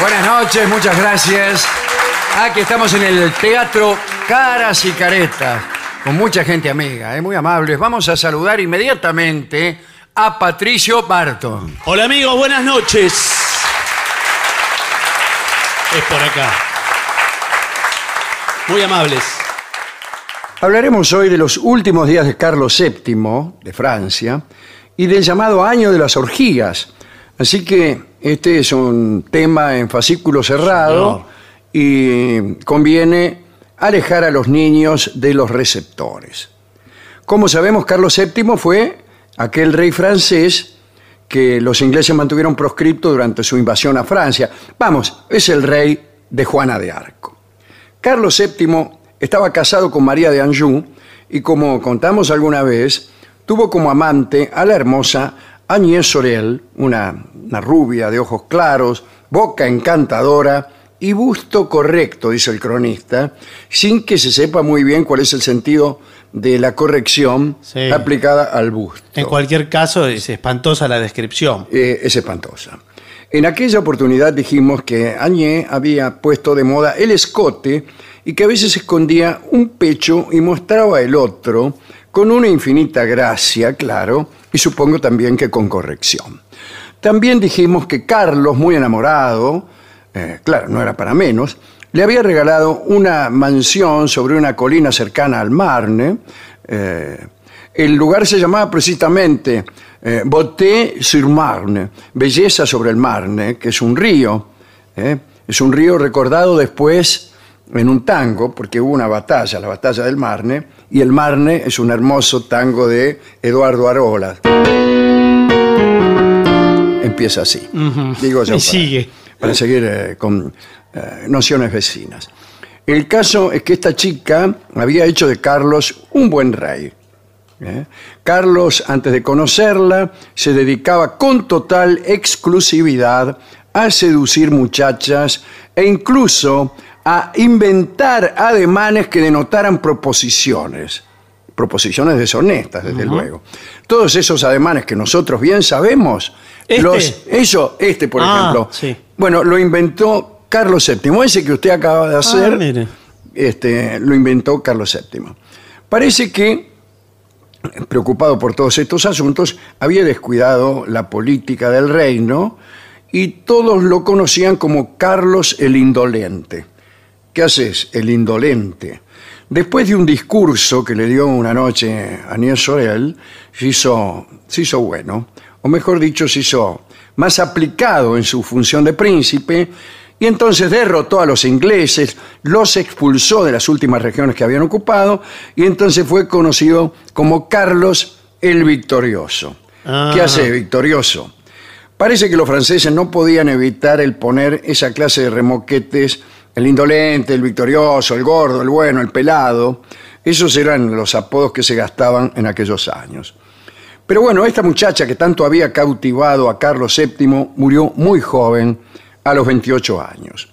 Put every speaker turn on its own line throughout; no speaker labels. Buenas noches, muchas gracias. Aquí estamos en el Teatro Caras y Caretas, con mucha gente amiga, ¿eh? muy amables. Vamos a saludar inmediatamente a Patricio Barton.
Hola amigos, buenas noches. Es por acá. Muy amables.
Hablaremos hoy de los últimos días de Carlos VII, de Francia, y del llamado Año de las Orgías. Así que este es un tema en fascículo cerrado y conviene alejar a los niños de los receptores. Como sabemos, Carlos VII fue aquel rey francés que los ingleses mantuvieron proscripto durante su invasión a Francia. Vamos, es el rey de Juana de Arco. Carlos VII estaba casado con María de Anjou y como contamos alguna vez, tuvo como amante a la hermosa Agnès Sorel, una, una rubia de ojos claros, boca encantadora y busto correcto, dice el cronista, sin que se sepa muy bien cuál es el sentido de la corrección
Sí.
aplicada al busto.
En cualquier caso, es espantosa la descripción.
Eh, es espantosa. En aquella oportunidad dijimos que Añé había puesto de moda el escote y que a veces escondía un pecho y mostraba el otro con una infinita gracia, claro, y supongo también que con corrección. También dijimos que Carlos, muy enamorado, eh, claro, no era para menos, le había regalado una mansión sobre una colina cercana al Marne. eh, el lugar se llamaba precisamente eh, Beauté sur Marne, Belleza sobre el Marne, que es un río. ¿eh? Es un río recordado después en un tango, porque hubo una batalla, la batalla del Marne, y el Marne es un hermoso tango de Eduardo Arola. Empieza así. Digo yo
Y
para-
sigue.
para seguir eh, con eh, nociones vecinas. El caso es que esta chica había hecho de Carlos un buen rey. ¿eh? Carlos, antes de conocerla, se dedicaba con total exclusividad a seducir muchachas e incluso a inventar ademanes que denotaran proposiciones. Proposiciones deshonestas, desde luego. Todos esos ademanes que nosotros bien sabemos,
Este.
los, eso, este, por
Ah,
ejemplo,
sí.
bueno, lo inventó Carlos VII. Ese que usted acaba de hacer,
Ah, mire.
este, lo inventó Carlos VII. Parece que, preocupado por todos estos asuntos, había descuidado la política del reino y todos lo conocían como Carlos el Indolente. ¿Qué haces, el Indolente? Después de un discurso que le dio una noche a Niel Sorel, se hizo, se hizo bueno, o mejor dicho, se hizo más aplicado en su función de príncipe, y entonces derrotó a los ingleses, los expulsó de las últimas regiones que habían ocupado, y entonces fue conocido como Carlos el Victorioso.
Ah.
¿Qué hace Victorioso? Parece que los franceses no podían evitar el poner esa clase de remoquetes, el indolente, el victorioso, el gordo, el bueno, el pelado. Esos eran los apodos que se gastaban en aquellos años. Pero bueno, esta muchacha que tanto había cautivado a Carlos VII murió muy joven, a los 28 años.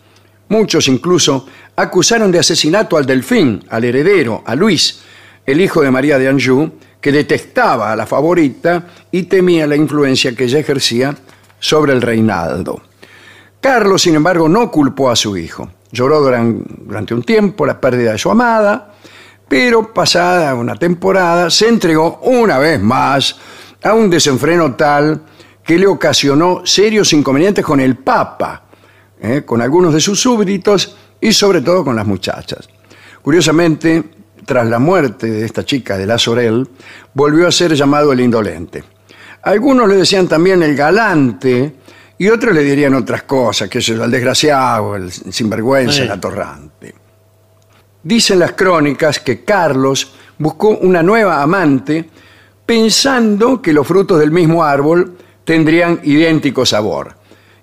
Muchos incluso acusaron de asesinato al delfín, al heredero, a Luis, el hijo de María de Anjou, que detestaba a la favorita y temía la influencia que ella ejercía sobre el reinaldo. Carlos, sin embargo, no culpó a su hijo. Lloró duran- durante un tiempo la pérdida de su amada, pero pasada una temporada se entregó una vez más a un desenfreno tal que le ocasionó serios inconvenientes con el Papa, ¿eh? con algunos de sus súbditos y sobre todo con las muchachas. Curiosamente, tras la muerte de esta chica de la Sorel, volvió a ser llamado el indolente. Algunos le decían también el galante y otros le dirían otras cosas, que es el desgraciado, el sinvergüenza,
Sí.
el atorrante. Dicen las crónicas que Carlos buscó una nueva amante pensando que los frutos del mismo árbol tendrían idéntico sabor.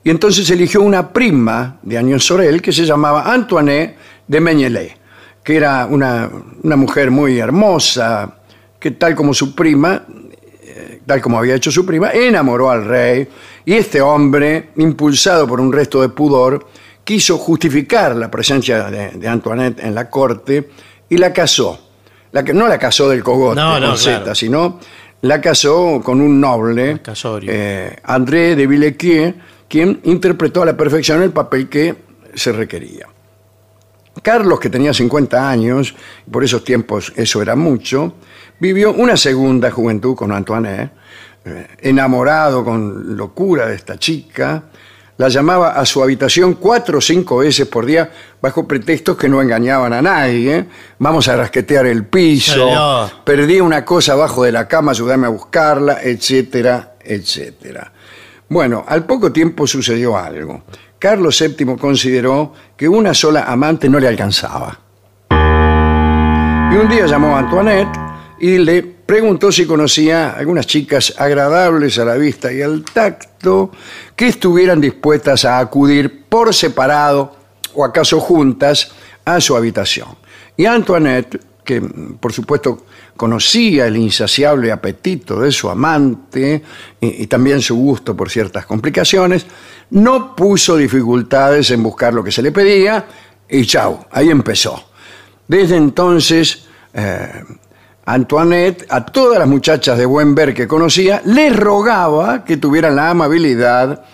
Y entonces eligió una prima de Añón Sorel que se llamaba Antoinette de Meñelé, que era una, una mujer muy hermosa, que tal como su prima tal como había hecho su prima, enamoró al rey y este hombre, impulsado por un resto de pudor, quiso justificar la presencia de, de Antoinette en la corte y la casó. La, que- no la casó del cogote,
No, no,
con zeta,
claro.
sino la casó con un noble,
Casorio.
eh, André de Villequier, quien interpretó a la perfección el papel que se requería. Carlos, que tenía 50 años, por esos tiempos eso era mucho, vivió una segunda juventud con Antoinette, eh, enamorado con locura de esta chica, la llamaba a su habitación cuatro o cinco veces por día bajo pretextos que no engañaban a nadie. Vamos a rasquetear el piso,
Señor.
perdí una cosa abajo de la cama, ayúdame a buscarla, etcétera, etcétera. Bueno, al poco tiempo sucedió algo. Carlos VII consideró que una sola amante no le alcanzaba. Y un día llamó a Antoinette y le preguntó si conocía algunas chicas agradables a la vista y al tacto que estuvieran dispuestas a acudir por separado o acaso juntas a su habitación. Y Antoinette, que mm, por supuesto conocía el insaciable apetito de su amante y, y también su gusto por ciertas complicaciones, no puso dificultades en buscar lo que se le pedía y chao, ahí empezó. Desde entonces, eh, Antoinette a todas las muchachas de buen ver que conocía les rogaba que tuvieran la amabilidad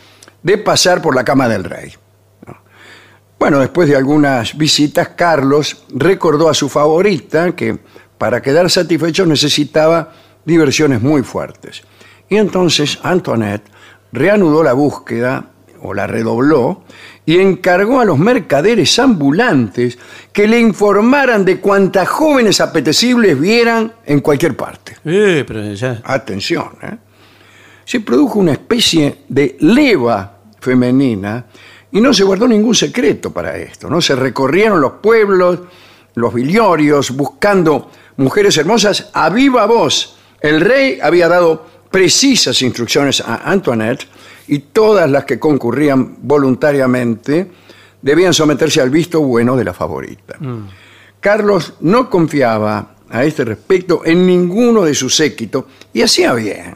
de pasar por la cama del rey. Bueno, después de algunas visitas, Carlos recordó a su favorita que para quedar satisfecho necesitaba diversiones muy fuertes. Y entonces Antoinette reanudó la búsqueda o la redobló y encargó a los mercaderes ambulantes que le informaran de cuantas jóvenes apetecibles vieran en cualquier parte.
Eh, pero ya.
Atención, ¿eh? se produjo una especie de leva femenina y no se guardó ningún secreto para esto, ¿no? Se recorrieron los pueblos, los villorios, buscando mujeres hermosas a viva voz. El rey había dado precisas instrucciones a Antoinette y todas las que concurrían voluntariamente debían someterse al visto bueno de la favorita. Carlos no confiaba a este respecto en ninguno de su séquito y hacía bien.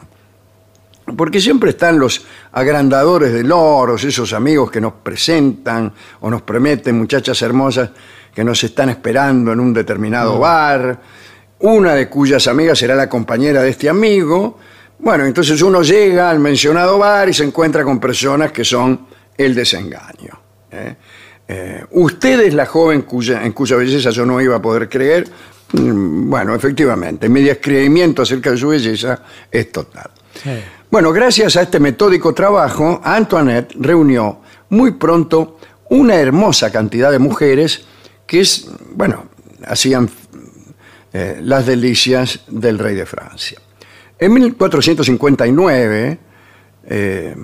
Porque siempre están los agrandadores de loros, esos amigos que nos presentan o nos prometen muchachas hermosas que nos están esperando en un determinado bar, una de cuyas amigas será la compañera de este amigo. Bueno, entonces uno llega al mencionado bar y se encuentra con personas que son el desengaño. ¿eh? Eh, usted es la joven cuya, en cuya belleza yo no iba a poder creer, Mm, Bueno, efectivamente, mi descreimiento acerca de su belleza es total. Bueno, gracias a este metódico trabajo, Antoinette reunió muy pronto una hermosa cantidad de mujeres que, es, bueno, hacían eh, las delicias del rey de Francia. En 1459, eh,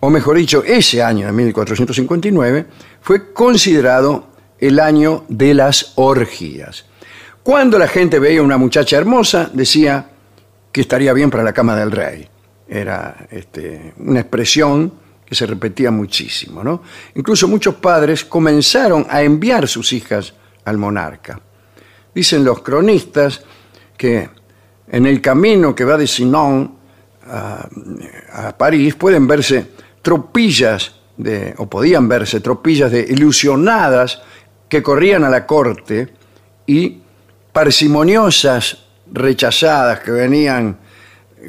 o mejor dicho, ese año de 1459, fue considerado el año de las orgías. Cuando la gente veía una muchacha hermosa, decía que estaría bien para la cama del rey. Era este, una expresión que se repetía muchísimo. ¿no? Incluso muchos padres comenzaron a enviar sus hijas al monarca. Dicen los cronistas que en el camino que va de Sinon a, a París pueden verse tropillas de, o podían verse tropillas de ilusionadas que corrían a la corte y parsimoniosas rechazadas que venían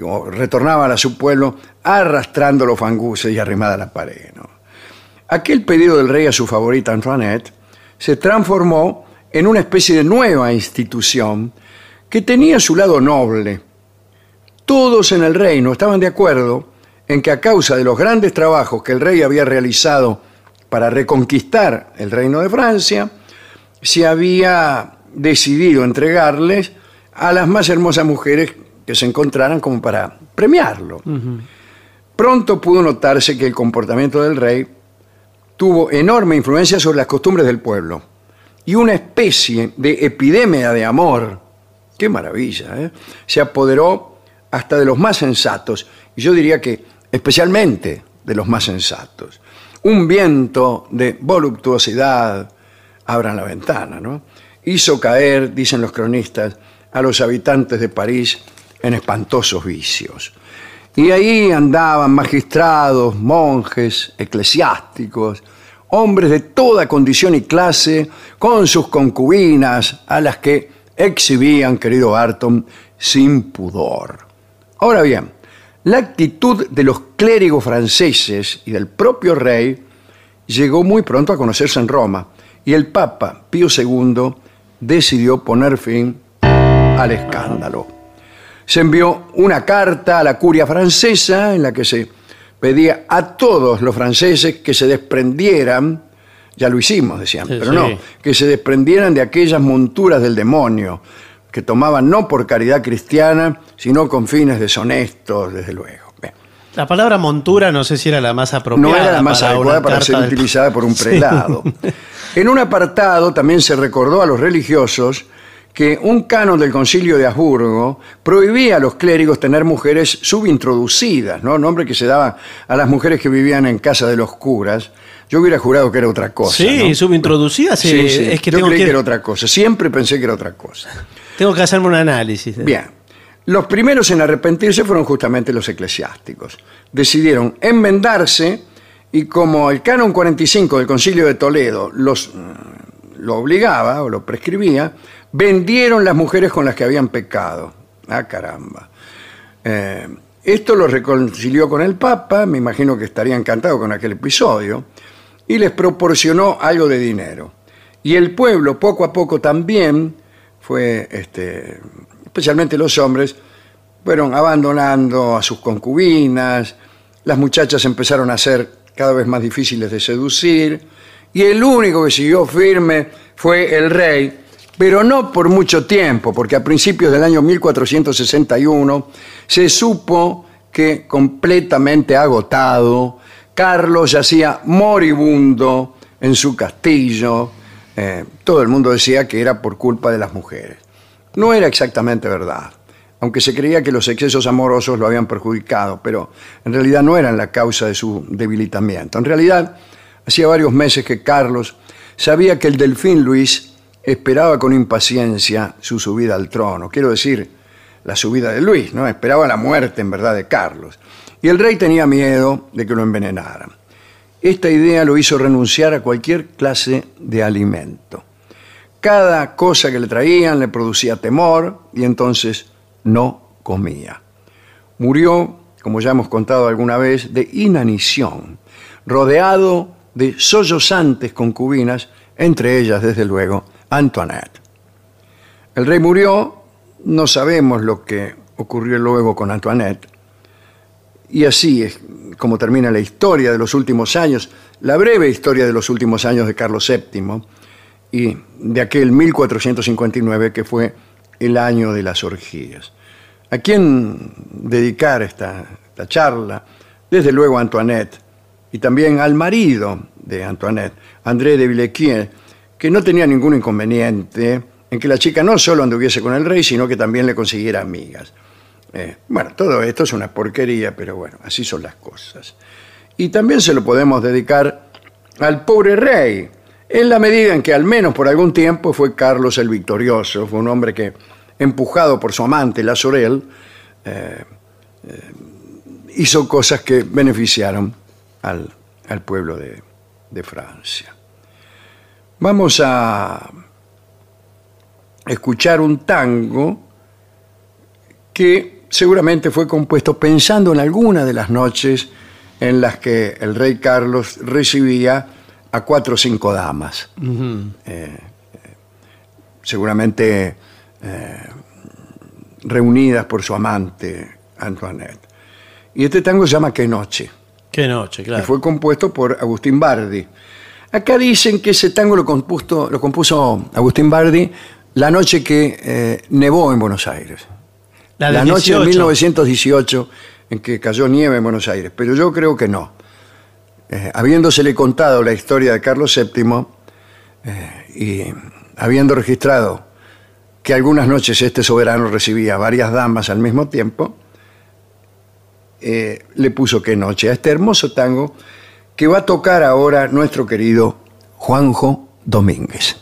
o retornaban a su pueblo arrastrando los fanguses y arrimada a la pared. ¿no? Aquel pedido del rey a su favorita Antoinette se transformó en una especie de nueva institución que tenía su lado noble. Todos en el reino estaban de acuerdo en que a causa de los grandes trabajos que el rey había realizado para reconquistar el reino de Francia, se había decidido entregarles a las más hermosas mujeres que se encontraran como para premiarlo. Pronto pudo notarse que el comportamiento del rey tuvo enorme influencia sobre las costumbres del pueblo y una especie de epidemia de amor, qué maravilla, ¿eh? se apoderó hasta de los más sensatos, y yo diría que especialmente de los más sensatos. Un viento de voluptuosidad, abran la ventana, ¿no? Hizo caer, dicen los cronistas, a los habitantes de París en espantosos vicios. Y ahí andaban magistrados, monjes, eclesiásticos, hombres de toda condición y clase, con sus concubinas, a las que exhibían, querido Barton, sin pudor. Ahora bien, la actitud de los clérigos franceses y del propio rey llegó muy pronto a conocerse en Roma, y el Papa Pío II decidió poner fin al escándalo se envió una carta a la curia francesa en la que se pedía a todos los franceses que se desprendieran, ya lo hicimos, decían,
Sí,
pero
sí.
no, que se desprendieran de aquellas monturas del demonio que tomaban no por caridad cristiana, sino con fines deshonestos, desde luego. Bien.
La palabra montura no sé si era la más apropiada.
No era la más
para una
adecuada para
carta
ser
del-
utilizada por un
Sí.
prelado. En un apartado también se recordó a los religiosos que un canon del concilio de Habsburgo prohibía a los clérigos tener mujeres subintroducidas, ¿no? Nombre que se daba a las mujeres que vivían en casa de los curas. Yo hubiera jurado que era otra cosa.
Sí,
¿no?
subintroducida. sí.
Sí, sí.
Es que
Yo
tengo
creí
que,
que era otra cosa. Siempre pensé que era otra cosa.
tengo que hacerme un análisis.
Bien. Los primeros en arrepentirse fueron justamente los eclesiásticos. Decidieron enmendarse y como el canon 45 del Concilio de Toledo los mm, lo obligaba o lo prescribía, vendieron las mujeres con las que habían pecado. Ah, caramba. Eh, esto lo reconcilió con el Papa, me imagino que estaría encantado con aquel episodio, y les proporcionó algo de dinero. Y el pueblo, poco a poco también, fue, este, especialmente los hombres, fueron abandonando a sus concubinas, las muchachas empezaron a ser cada vez más difíciles de seducir, y el único que siguió firme fue el rey, pero no por mucho tiempo, porque a principios del año 1461 se supo que completamente agotado, Carlos yacía moribundo en su castillo, Eh, todo el mundo decía que era por culpa de las mujeres. No era exactamente verdad, aunque se creía que los excesos amorosos lo habían perjudicado, pero en realidad no eran la causa de su debilitamiento. En realidad, hacía varios meses que Carlos sabía que el delfín Luis esperaba con impaciencia su subida al trono. Quiero decir, la subida de Luis, ¿no? Esperaba la muerte, en verdad, de Carlos. Y el rey tenía miedo de que lo envenenaran. Esta idea lo hizo renunciar a cualquier clase de alimento. Cada cosa que le traían le producía temor y entonces no comía. Murió, como ya hemos contado alguna vez, de inanición, rodeado de sollozantes concubinas, entre ellas, desde luego, Antoinette. El rey murió, no sabemos lo que ocurrió luego con Antoinette. Y así es como termina la historia de los últimos años, la breve historia de los últimos años de Carlos VII y de aquel 1459 que fue el año de las orgías. ¿A quién dedicar esta, esta charla? Desde luego a Antoinette y también al marido de Antoinette, André de Villequier, que no tenía ningún inconveniente en que la chica no solo anduviese con el rey, sino que también le consiguiera amigas. Eh, bueno, todo esto es una porquería, pero bueno, así son las cosas. Y también se lo podemos dedicar al pobre rey, en la medida en que al menos por algún tiempo fue Carlos el Victorioso, fue un hombre que, empujado por su amante, la Sorel, eh, eh, hizo cosas que beneficiaron al, al pueblo de, de Francia. Vamos a escuchar un tango que seguramente fue compuesto pensando en alguna de las noches en las que el rey Carlos recibía a cuatro o cinco damas. Eh, eh, seguramente eh, reunidas por su amante, Antoinette. Y este tango se llama Qué Noche,
Qué noche,
que
claro.
fue compuesto por Agustín Bardi. Acá dicen que ese tango lo, compuso, lo compuso Agustín Bardi la noche que eh, nevó en Buenos Aires la,
del
noche de
18.
1918 en que cayó nieve en Buenos Aires, pero yo creo que no. Eh, habiéndosele contado la historia de Carlos VII eh, y habiendo registrado que algunas noches este soberano recibía varias damas al mismo tiempo, eh, le puso qué noche a este hermoso tango que va a tocar ahora nuestro querido Juanjo Domínguez.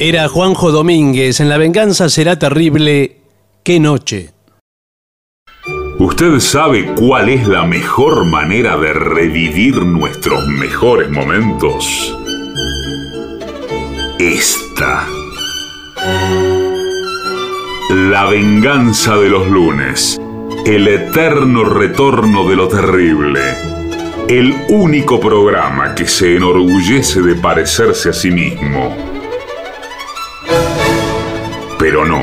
Era Juanjo Domínguez. En La venganza será terrible. Qué noche.
¿Usted sabe cuál es la mejor manera de revivir nuestros mejores momentos? Esta. La venganza de los lunes. El eterno retorno de lo terrible. el único programa que se enorgullece de parecerse a sí mismo. Pero no.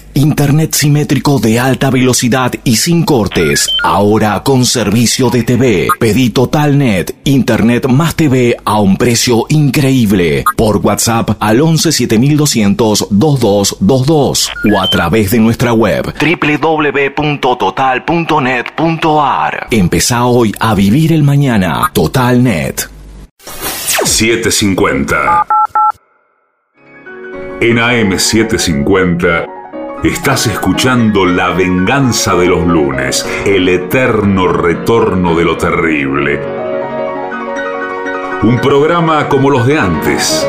Internet simétrico de alta velocidad y sin cortes, ahora con servicio de TV. Pedí TotalNet, Internet más TV a un precio increíble por WhatsApp al 11 7200 2222 o a través de nuestra web www.total.net.ar. Empezá hoy a vivir el mañana. TotalNet.
750. En AM750 estás escuchando La venganza de los lunes, el eterno retorno de lo terrible. Un programa como los de antes,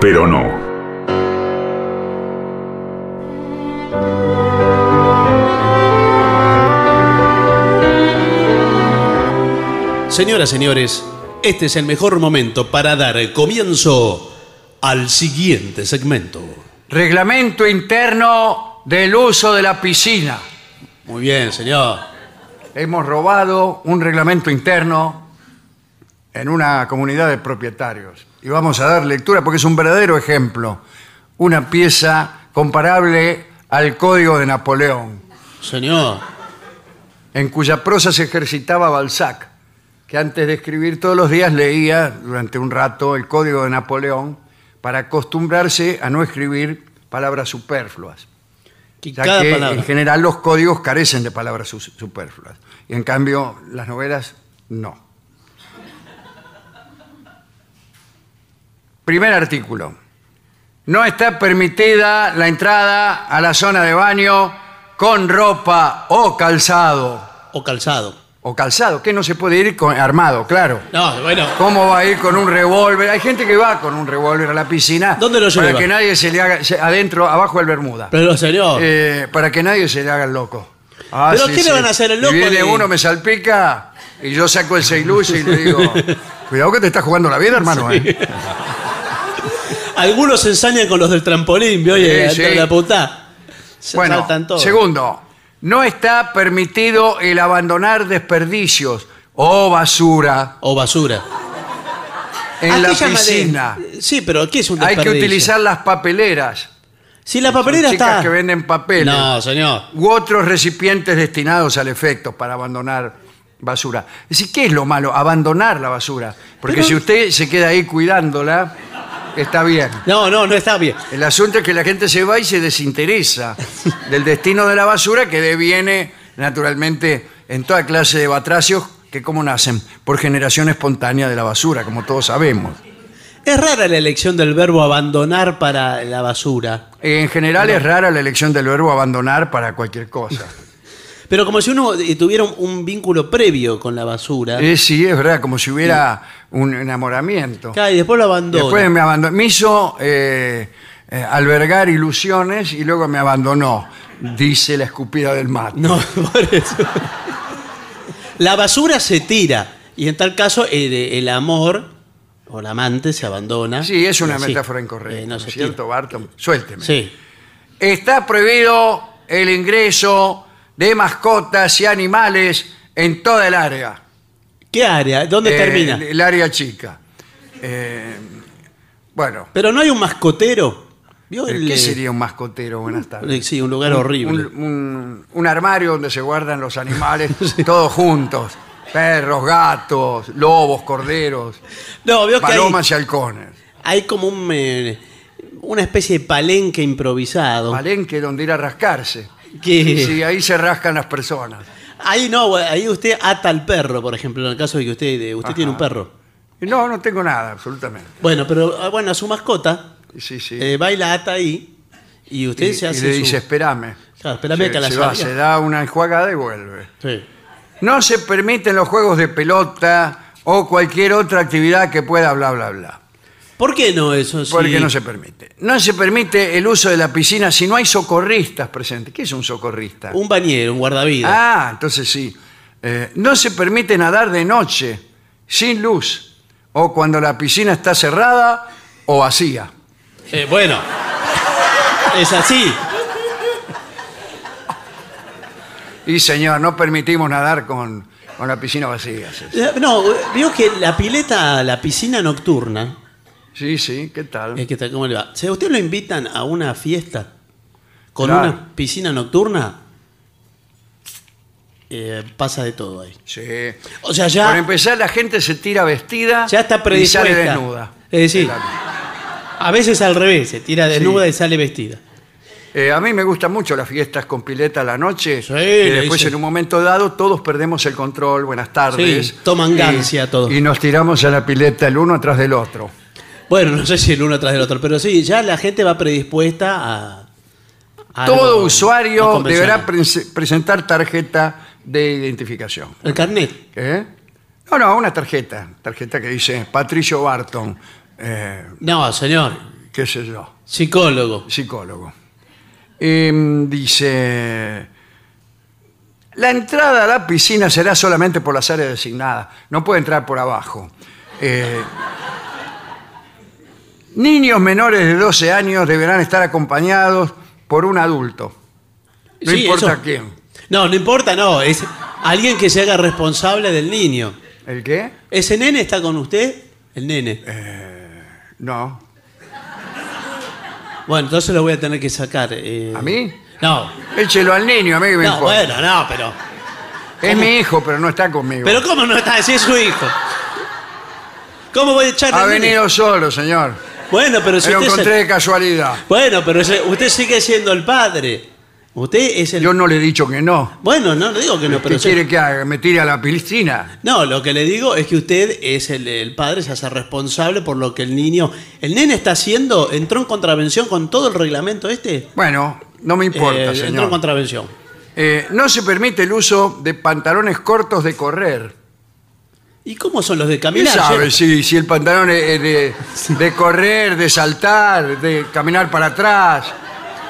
pero no.
Señoras, señores, este es el mejor momento para dar comienzo al siguiente segmento.
Reglamento interno del uso de la piscina.
Muy bien, señor.
Hemos robado un reglamento interno en una comunidad de propietarios. Y vamos a dar lectura porque es un verdadero ejemplo. Una pieza comparable al Código de Napoleón,
Señor.
en cuya prosa se ejercitaba Balzac, que antes de escribir todos los días leía durante un rato el Código de Napoleón para acostumbrarse a no escribir palabras superfluas.
que
ya
cada
que
palabra.
en general los códigos carecen de palabras su- superfluas. Y en cambio, las novelas no. Primer artículo. No está permitida la entrada a la zona de baño con ropa o calzado.
O calzado.
O calzado, que no se puede ir con, armado, claro.
No, bueno.
¿Cómo va a ir con un revólver? Hay gente que va con un revólver a la piscina.
¿Dónde lo
Para
lleva?
que nadie se le haga se- adentro, abajo del Bermuda.
Pero, señor.
Eh, para que nadie se le haga el loco. Ah,
Oh. ¿Pero qué le van a hacer el loco
Y viene
de-
uno, me salpica y yo saco el seiluz y le digo, cuidado que te estás jugando la vida, hermano. ¿eh?".
Algunos se ensañan con los del trampolín, ¿vio? Oye,
Sí,
anda
sí.
la puta. Se
Bueno,
saltan todos.
segundo, no está permitido el abandonar desperdicios o basura
O basura.
en
Ah,
la
¿qué llama de-
piscina.
Sí, pero ¿qué es un
Hay que
desperdicio?
utilizar las papeleras.
Si la papelera
chicas
está.
que venden papeles.
No, señor.
u otros recipientes destinados al efecto para abandonar basura. Es decir, ¿qué es lo malo? Abandonar la basura. Porque
Pero-
si usted se queda ahí cuidándola, está bien.
No, no, no está bien.
El asunto es que la gente se va y se desinteresa del destino de la basura que deviene naturalmente en toda clase de batracios que como nacen por generación espontánea de la basura, como todos sabemos.
Es rara la elección del verbo abandonar para la basura.
En general es rara la elección del verbo abandonar para cualquier cosa.
Pero como si uno eh, tuviera un, un vínculo previo con la basura.
Eh, sí, es verdad, como si hubiera un enamoramiento.
Claro, y después lo abandona.
Después me abandonó. Me hizo eh, eh, albergar ilusiones y luego me abandonó, dice la escupida del mate.
No, por eso. La basura se tira. Y en tal caso, el, el amor o el amante se abandona.
Sí, es una
Y así.
metáfora
Eh,
incorrecta.
no
¿no
se
es
tira.
cierto, Barton? Suélteme.
Sí.
Está prohibido el ingreso de mascotas y animales en toda el área.
¿Qué área? ¿Dónde
Eh,
termina?
El área chica. Eh, bueno,
Pero no hay un mascotero. ¿Vio el,
¿qué
eh,
sería un mascotero? Buenas tardes.
eh, Sí, un lugar horrible.
un, un- un armario donde se guardan los animales todos juntos. Perros, gatos, lobos, corderos,
no, vio que hay,
palomas y halcones.
hay como un, eh, una especie de palenque improvisado.
Palenque donde ir a rascarse.
que-
Sí, ahí se rascan las personas.
Ahí no, ahí usted ata al perro, por ejemplo, en el caso de que usted, eh, usted tiene un perro.
Y No, no tengo nada, absolutamente.
Bueno, pero ah, bueno, a su mascota
Sí, sí.
eh, va y la ata ahí y usted
y,
se
y
hace
le
su-
dice, esperame.
Claro, espérame
Se-
que a la
se va,
salida-
se da una enjuagada y vuelve.
Sí.
No se permiten los juegos de pelota o cualquier otra actividad que pueda, bla, bla, bla.
¿Por qué no eso? Sí.
Porque no se permite. No se permite el uso de la piscina si no hay socorristas presentes. ¿Qué es un socorrista?
Un bañero, un guardavidas.
Ah, entonces sí. Eh, no se permite nadar de noche, sin luz, o cuando la piscina está cerrada o vacía.
Eh, bueno, es así.
Y señor, no permitimos nadar con, con la piscina vacía. sí.
Eh, No, veo que la pileta, la piscina nocturna,
Sí, sí, ¿qué tal?
es que está- ¿cómo le va? Si a usted lo invitan a una fiesta con
Claro.
una piscina nocturna, eh, pasa de todo ahí.
Sí.
O sea,
Para
ya
empezar, la gente se tira vestida
Ya está
y sale
predispuesta.
desnuda.
Es decir,
Claro.
a veces al revés, se tira desnuda y sale vestida.
Eh, a mí me gustan mucho las fiestas con pileta a la noche.
Sí,
y después,
dice.
en un momento dado, todos perdemos el control. Buenas tardes.
Sí, toman
Y-
gancia todos.
Y nos tiramos a la pileta el uno atrás del otro.
Bueno, no sé si el uno tras del otro, pero sí, ya la gente va predispuesta a... a
Todo
algo no
usuario
convencional.
deberá pre- presentar tarjeta de identificación.
El carnet.
¿Eh? No, no, una tarjeta. Tarjeta que dice Patricio Barton, eh,
No, señor,
qué sé yo,
psicólogo.
psicólogo. Em, dice, la entrada a la piscina será solamente por las áreas designadas. No puede entrar por abajo. Eh, niños menores de 12 años deberán estar acompañados por un adulto. No
Sí,
importa
eso-
quién.
No, no importa, no, es alguien que se haga responsable del niño.
¿El qué?
¿Ese nene está con usted? El nene.
No.
Bueno, entonces lo voy a tener que sacar. eh.
¿A mí?
No.
Échelo al niño, a mí que me
No,
importa.
bueno, no, pero...
Es mi hijo, pero no está conmigo.
Pero ¿cómo no está? Si es su hijo. ¿Cómo voy a echar
ha
al nene?
venido solo, señor.
Bueno, pero si
Me lo
usted... es el-
encontré de casualidad.
Bueno, pero ese- usted sigue siendo el padre. Usted es el...
Yo no le he dicho que no.
Bueno, no, no digo que no, pero...
¿Qué
se-
quiere que haga? ¿Me tire a la piscina?
No, lo que le digo es que usted es el, el padre, se hace responsable por lo que el niño... El nene está haciendo, entró en contravención con todo el reglamento este.
Bueno, no me importa,
Eh, Entró en
señor.
contravención.
Eh, no se permite el uso de pantalones cortos de correr.
¿Y cómo son los de
¿Quién
caminar?
sabe
Yo-
si, si el pantalón es es de, de correr, de saltar, de caminar para atrás,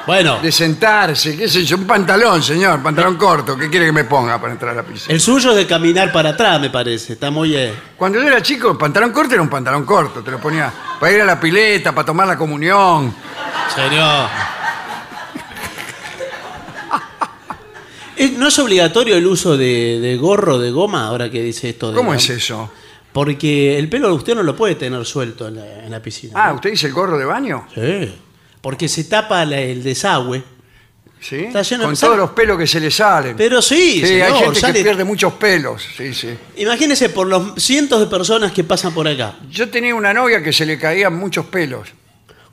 Bueno,
de sentarse? ¿Qué sé yo? Un pantalón, señor, pantalón corto. ¿Qué quiere que me ponga para entrar a la piscina?
el suyo es de caminar para atrás, me parece. Está muy... eh,
Cuando yo era chico, el pantalón corto era un pantalón corto. Te lo ponía para ir a la pileta, para tomar la comunión.
Señor. Eh, ¿No es obligatorio el uso de, de gorro de goma ahora que dice esto? De
¿Cómo
la-
es eso?
Porque el pelo usted no lo puede tener suelto en la, en la piscina.
Ah,
¿no?
¿usted dice el gorro de baño?
Sí. Porque se tapa la- el desagüe.
Sí.
Está lleno de
Con
sal.
todos los pelos que se le salen.
Pero sí,
sí,
señor,
hay gente
sale-
que pierde muchos pelos. Sí, sí.
Imagínese por los cientos de personas que pasan por acá.
Yo tenía una novia que se le caían muchos pelos.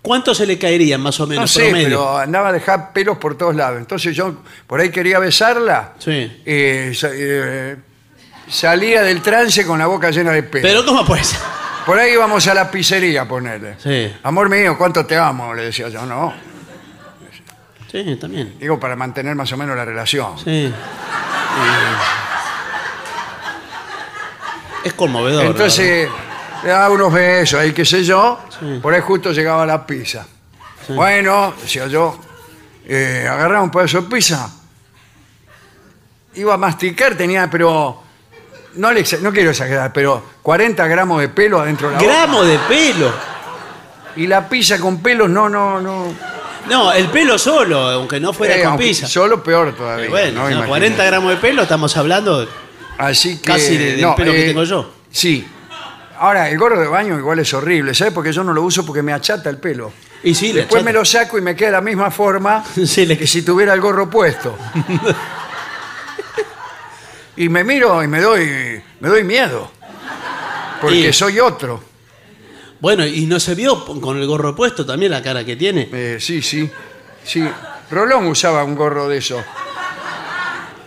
¿Cuánto se le caerían más o menos
No sé,
promedio?
pero andaba a dejar pelos por todos lados. Entonces yo por ahí quería besarla.
Sí.
eh, sa- eh, salía del trance con la boca llena de pelos.
Pero ¿cómo pues?
Por ahí íbamos a la pizzería, ponerle.
Sí.
Amor mío, ¿cuánto te amo? Le decía yo, no.
Sí, también.
Digo, para mantener más o menos la relación.
Sí. Es conmovedor. la
Entonces, le daba unos besos ahí, qué sé yo.
Sí.
Por ahí justo llegaba la pizza. Bueno, decía yo, eh, agarraba un pedazo de pizza. Iba a masticar, tenía, pero... No, le exa- no quiero exagerar, pero 40 gramos de pelo adentro de la
verdad. Gramo de pelo.
boca. Y la pizza con pelos, no, no, no.
No, el pelo solo, aunque no fuera
Eh,
con
aunque
pizza.
Solo peor todavía.
Pero bueno,
¿no?
no,
Imagínate.
40 gramos de pelo, estamos hablando.
Así que. eh,
Casi de- del pelo que tengo yo.
Sí. Ahora, el gorro de baño igual es horrible, ¿sabes? Porque yo no lo uso porque me achata el pelo.
Y sí, le
Después
achata.
me lo saco y me queda la misma forma
Sí, le-
que si tuviera el gorro puesto. y me miro y me doy, me doy miedo. Porque
Y-
soy otro.
Bueno, y no se vio p- con el gorro puesto también la cara que tiene.
Eh, sí, sí. Sí. Rolón usaba un gorro de eso.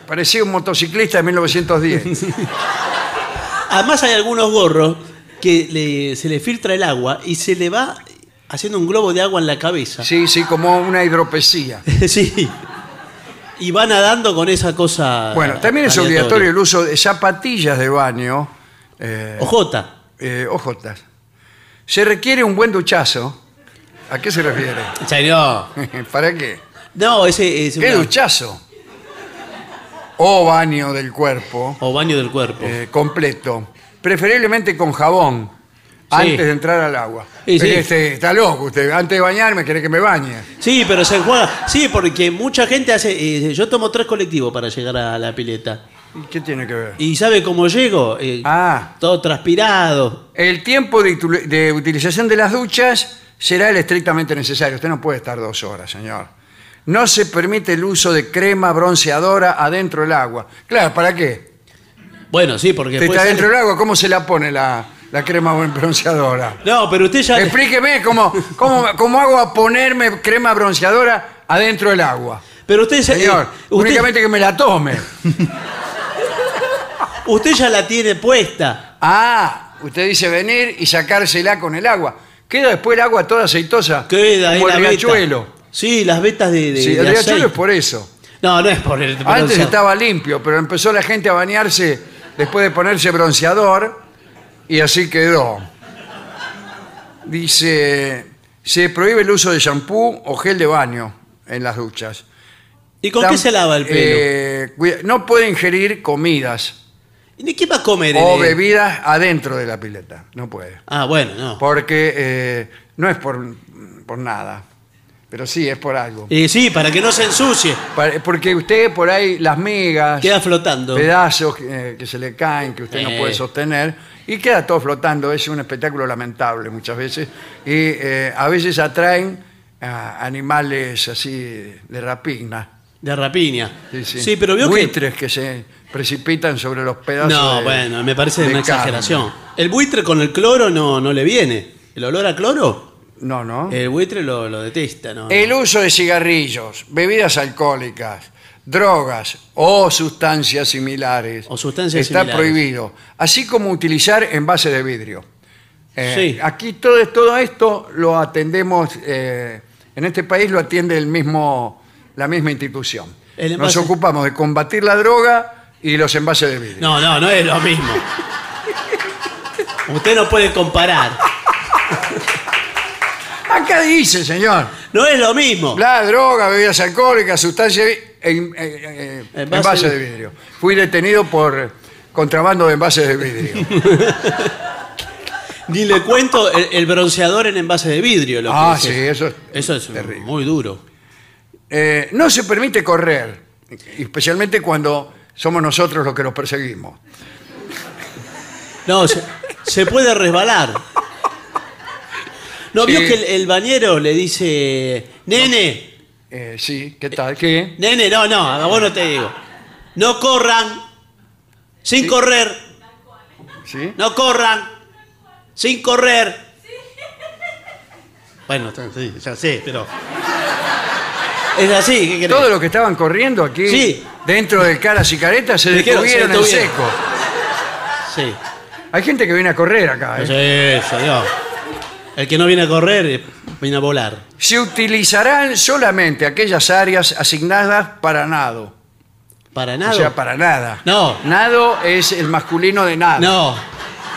Parecía un motociclista de 1910.
Además hay algunos gorros que le- se le filtra el agua y se le va haciendo un globo de agua en la cabeza.
Sí, sí, como una hidropesía.
Sí. Y va nadando con esa cosa.
Bueno, también es
aleatoria.
obligatorio el uso de zapatillas de baño, eh,
Ojota.
eh, ojotas, Se requiere un buen duchazo. ¿A qué se refiere?
En serio.
¿Para qué?
No, ese es
¿Qué
una-
duchazo? O baño del cuerpo
O baño del cuerpo.
eh, completo, preferiblemente con jabón, antes de entrar al agua.
Y sí.
Este, está loco usted, antes de bañarme quiere que me bañe.
Sí, pero se enjuaga. Sí, porque mucha gente hace. eh, yo tomo tres colectivos para llegar a la pileta.
¿Y ¿Qué tiene que ver?
¿Y sabe cómo llego? Eh,
Ah.
Todo transpirado.
El tiempo de, util- de utilización de las duchas será el estrictamente necesario. Usted no puede estar dos horas, señor. No se permite el uso de crema bronceadora adentro del agua. Claro, ¿para qué?
Bueno, sí, porque.
Usted
después
está
sale-
dentro del agua, ¿cómo se la pone la, la crema bronceadora?
No, pero usted ya.
Explíqueme cómo, cómo, cómo hago a ponerme crema bronceadora adentro del agua.
Pero usted, ya- eh,
Señor,
usted,
únicamente que me la tome.
usted ya la tiene puesta.
Ah, usted dice venir y sacársela con el agua. Queda después el agua toda aceitosa.
Queda ahí
como
la
el
veta.
riachuelo.
Sí, las vetas de. de-
Sí,
de
el riachuelo
aceite.
es por eso.
No, no es por el.
Antes
bronceado.
estaba limpio, pero empezó la gente a bañarse después de ponerse bronceador y así quedó. Dice, se prohíbe el uso de shampoo o gel de baño en las duchas.
¿Y con qué
Tam-
se lava el pelo?
Eh, cuida- no puede ingerir comidas
¿Y de qué va a comer?
o
eh?
bebidas adentro de la pileta. No puede.
Ah, bueno, no.
Porque eh, no es por, por nada, pero sí es por algo.
Eh, sí, para que no se ensucie.
Pa- Porque usted por ahí las migas...
Queda flotando.
pedazos eh, que se le caen, que usted no
Eh.
puede sostener, y queda todo flotando. Es un espectáculo lamentable muchas veces. Y eh, a veces atraen a animales así de rapina.
De rapiña.
Sí, sí.
pero vio que.
Buitres que... se precipitan sobre los pedazos.
No,
de-
bueno, me parece
de
una
carne.
exageración. El buitre con el cloro no, no le viene. ¿El olor a cloro?
No, no.
El buitre lo, lo detesta, ¿no?
El uso de cigarrillos, bebidas alcohólicas, drogas o sustancias similares
O sustancias
está
similares.
prohibido, así como utilizar envase de vidrio. Eh,
Sí.
Aquí todo, todo esto lo atendemos, eh, en este país lo atiende el mismo, la misma institución.
El
Nos
envase-
ocupamos de combatir la droga y los envases de vidrio.
No, no, no es lo mismo. Usted no puede comparar.
Acá dice, señor,
No es lo mismo.
Oh. La droga, bebidas alcohólicas, sustancias e- e- e-
Envase
envases de
de-
vidrio. Fui detenido por contrabando de envases de vidrio.
Ni le cuento el, el bronceador en envase de vidrio. Lo que
Ah,
es
sí, eso es
Eso es
terrible.
muy duro.
Eh, no se permite correr, especialmente cuando somos nosotros los que los perseguimos.
No, se, se puede resbalar. ¿No vio
Sí.
que el, el bañero le dice, nene,
Eh, sí, ¿qué tal? ¿Qué?
nene, no, no, a vos no te digo. No corran, sin correr,
¿Sí?
no corran, sin correr. Bueno, sí, ya sé, pero... Es así, ¿qué querés?
Todos los que estaban corriendo aquí,
Sí.
dentro de caras y caretas, se
Dijeron, se
detuvieron en
detuvieron.
seco.
Sí.
Hay gente que viene a correr acá. ¿eh?
Sí, señor. El que no viene a correr, eh, viene a volar.
Se utilizarán solamente aquellas áreas asignadas para nado.
Para nada.
O sea, para nada.
No.
Nado es el masculino de nada.
No,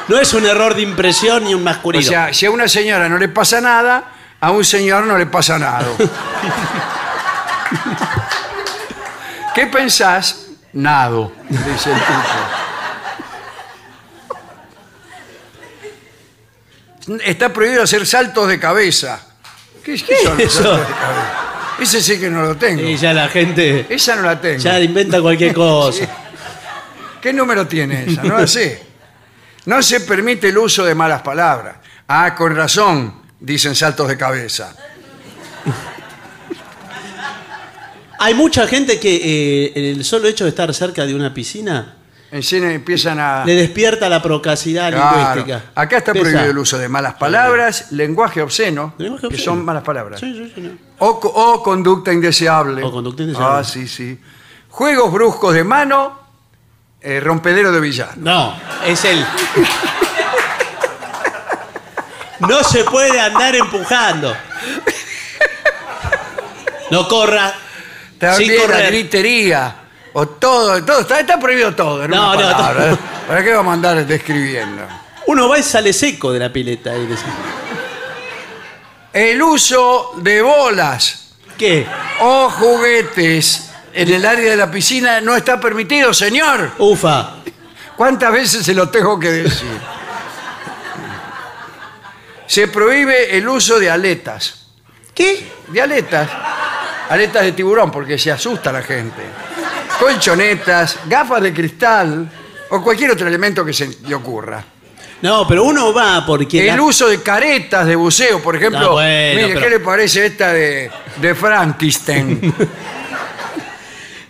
no es un error de impresión ni un
O
masculino.
sea, si a una señora no le pasa nada, a un señor no le pasa nada. ¿Qué pensás? Nado, dice el tipo. Está prohibido hacer saltos de cabeza. ¿Qué, qué son los
Eso.
saltos de cabeza? Ese sí que no lo tengo.
y ya la gente
Esa no la tengo.
ya inventa cualquier cosa.
¿Qué número tiene esa? No la sé. No se permite el uso de malas palabras. Ah, con razón, dicen saltos de cabeza.
Hay mucha gente que eh, el solo hecho de estar cerca de una piscina
Encima empiezan a...
le despierta la procacidad
Ah. Claro.
lingüística.
Acá está
Empieza.
prohibido el uso de malas palabras, lenguaje obsceno,
Lenguaje
que
obsceno.
son malas palabras,
Sí, sí, sí, no.
o, co- o conducta indeseable.
O conducta indeseable.
Ah, sí, sí. Juegos bruscos de mano, eh, rompedero de billar.
No, es el. No se puede andar empujando. No corra. sin
También la
correr.
gritería. O todo, todo. Está, está prohibido todo. en
No,
una
no,
palabra.
todo.
¿Para qué vamos a andar describiendo?
Uno va y sale seco de la pileta. ahí, de-
El uso de bolas
¿Qué?
o juguetes en el área de la piscina no está permitido, señor.
Ufa.
¿Cuántas veces se lo tengo que decir? Se prohíbe el uso de aletas.
¿Qué?
De aletas. Aletas de tiburón, porque se asusta la gente. Colchonetas, gafas de cristal o cualquier otro elemento que se le ocurra.
No, pero uno va porque...
El
la-
uso de caretas de buceo, por ejemplo.
No, bueno,
mire,
pero-
¿qué le parece esta de, de Frankenstein?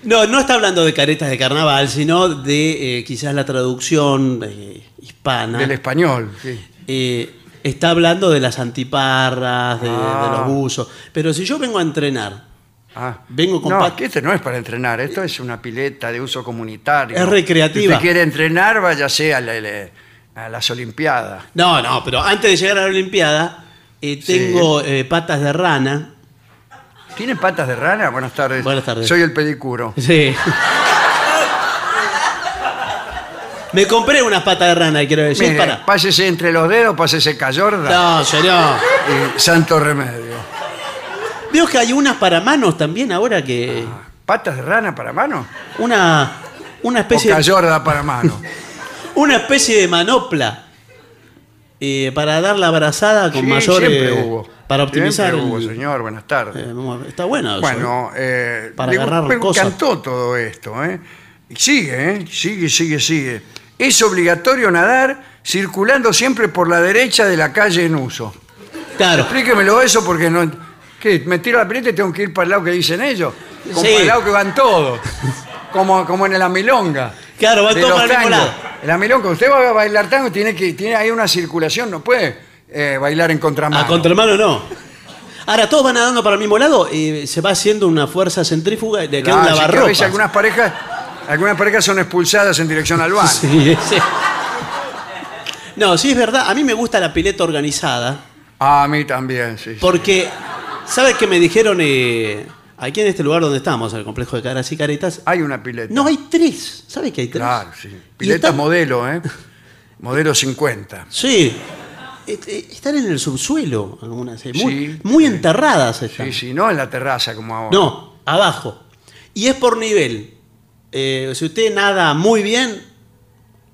No, no está hablando de caretas de carnaval, sino de eh, quizás la traducción eh, hispana.
del español. sí.
Eh, está hablando de las antiparras, de, de los buzos. Pero si yo vengo a entrenar,
Ah.
Vengo con
No,
pat-
es que esto no es para entrenar, esto es una pileta de uso comunitario.
Es recreativa.
Si usted quiere entrenar, váyase a, la- la- a las Olimpiadas.
No, no, pero antes de llegar a la Olimpiada, eh, tengo eh, patas de rana.
¿Tiene patas de rana? Buenas tardes.
Buenas tardes.
Soy el pedicuro.
Sí. Me compré unas patas de rana, quiero decir,
Mire,
para.
Pásese entre los dedos, pásese cayorda.
No, señor.
y santo remedio.
Veo que hay unas para manos también ahora que.
¿Patas de rana para mano?
Una. Una
¿O
especie, de,
cayorda para mano?
una especie de manopla. eh, para dar la abrazada con
Sí,
mayor.
siempre
eh,
hubo.
Para optimizar.
Siempre
el-
hubo, señor. Buenas tardes.
Eh, vamos a ver, está bueno eso, ¿eh?
Bueno, eh,
Para
le-
agarrar
me
cosas.
encantó todo esto. ¿eh? Y Sigue, ¿eh? sigue, sigue, sigue. Es obligatorio nadar circulando siempre por la derecha de la calle en uso.
¿eh? Claro.
Explíquemelo eso porque no... ¿Qué? ¿Me tiro la pileta y tengo que ir para el lado que dicen ellos? Como
Sí.
para el lado que van todos. Como, como en la milonga.
Claro, van
de
todos
los
para el mismo
tangos.
lado. Ah,
En la milonga, usted va a bailar tango, tiene que tiene ahí una circulación, no puede eh, bailar en contramano.
A contramano no. Ahora, todos van nadando para el mismo lado y se va haciendo una fuerza centrífuga de que
Ah,
un
sí, que a
lavarropas.
veces algunas parejas, algunas parejas son expulsadas en dirección al baño.
Sí, sí. No, sí es verdad. A mí me gusta la pileta organizada
Ah, A mí también, sí. sí.
porque, ¿sabes qué me dijeron eh, aquí en este lugar donde estamos, en el complejo de Caras y Caretas?
Hay una pileta.
No, hay tres. ¿Sabes que hay tres?
Claro, sí.
Y
Piletas
están-
modelo, ¿eh? Modelo 50.
Sí. Est- eh, Están en el subsuelo algunas. eh, Muy,
Sí,
muy enterradas están.
Sí, sí, no en la terraza como ahora.
No, abajo. Y es por nivel. Eh, si usted nada muy bien,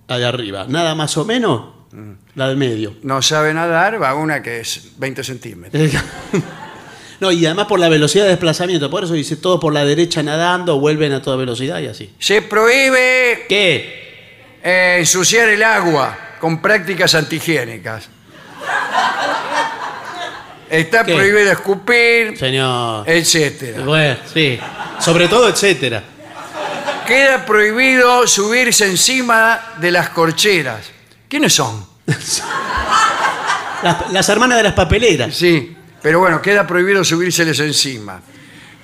la de arriba. Nada más o menos,
Mm.
la del medio.
No sabe nadar, va una que es 20 centímetros.
No, y además por la velocidad de desplazamiento. Por eso dice todos por la derecha nadando, vuelven a toda velocidad y así.
Se prohíbe
¿Qué?
eh, ensuciar el agua con prácticas antihigiénicas. Está
¿Qué?
prohibido escupir, Eh.
Señor.
etcétera.
Bueno, sí. Sobre todo, etcétera.
Queda prohibido subirse encima de las corcheras. ¿Quiénes son?
Las, las hermanas de las papeleras.
Sí, pero bueno, queda prohibido subírseles encima.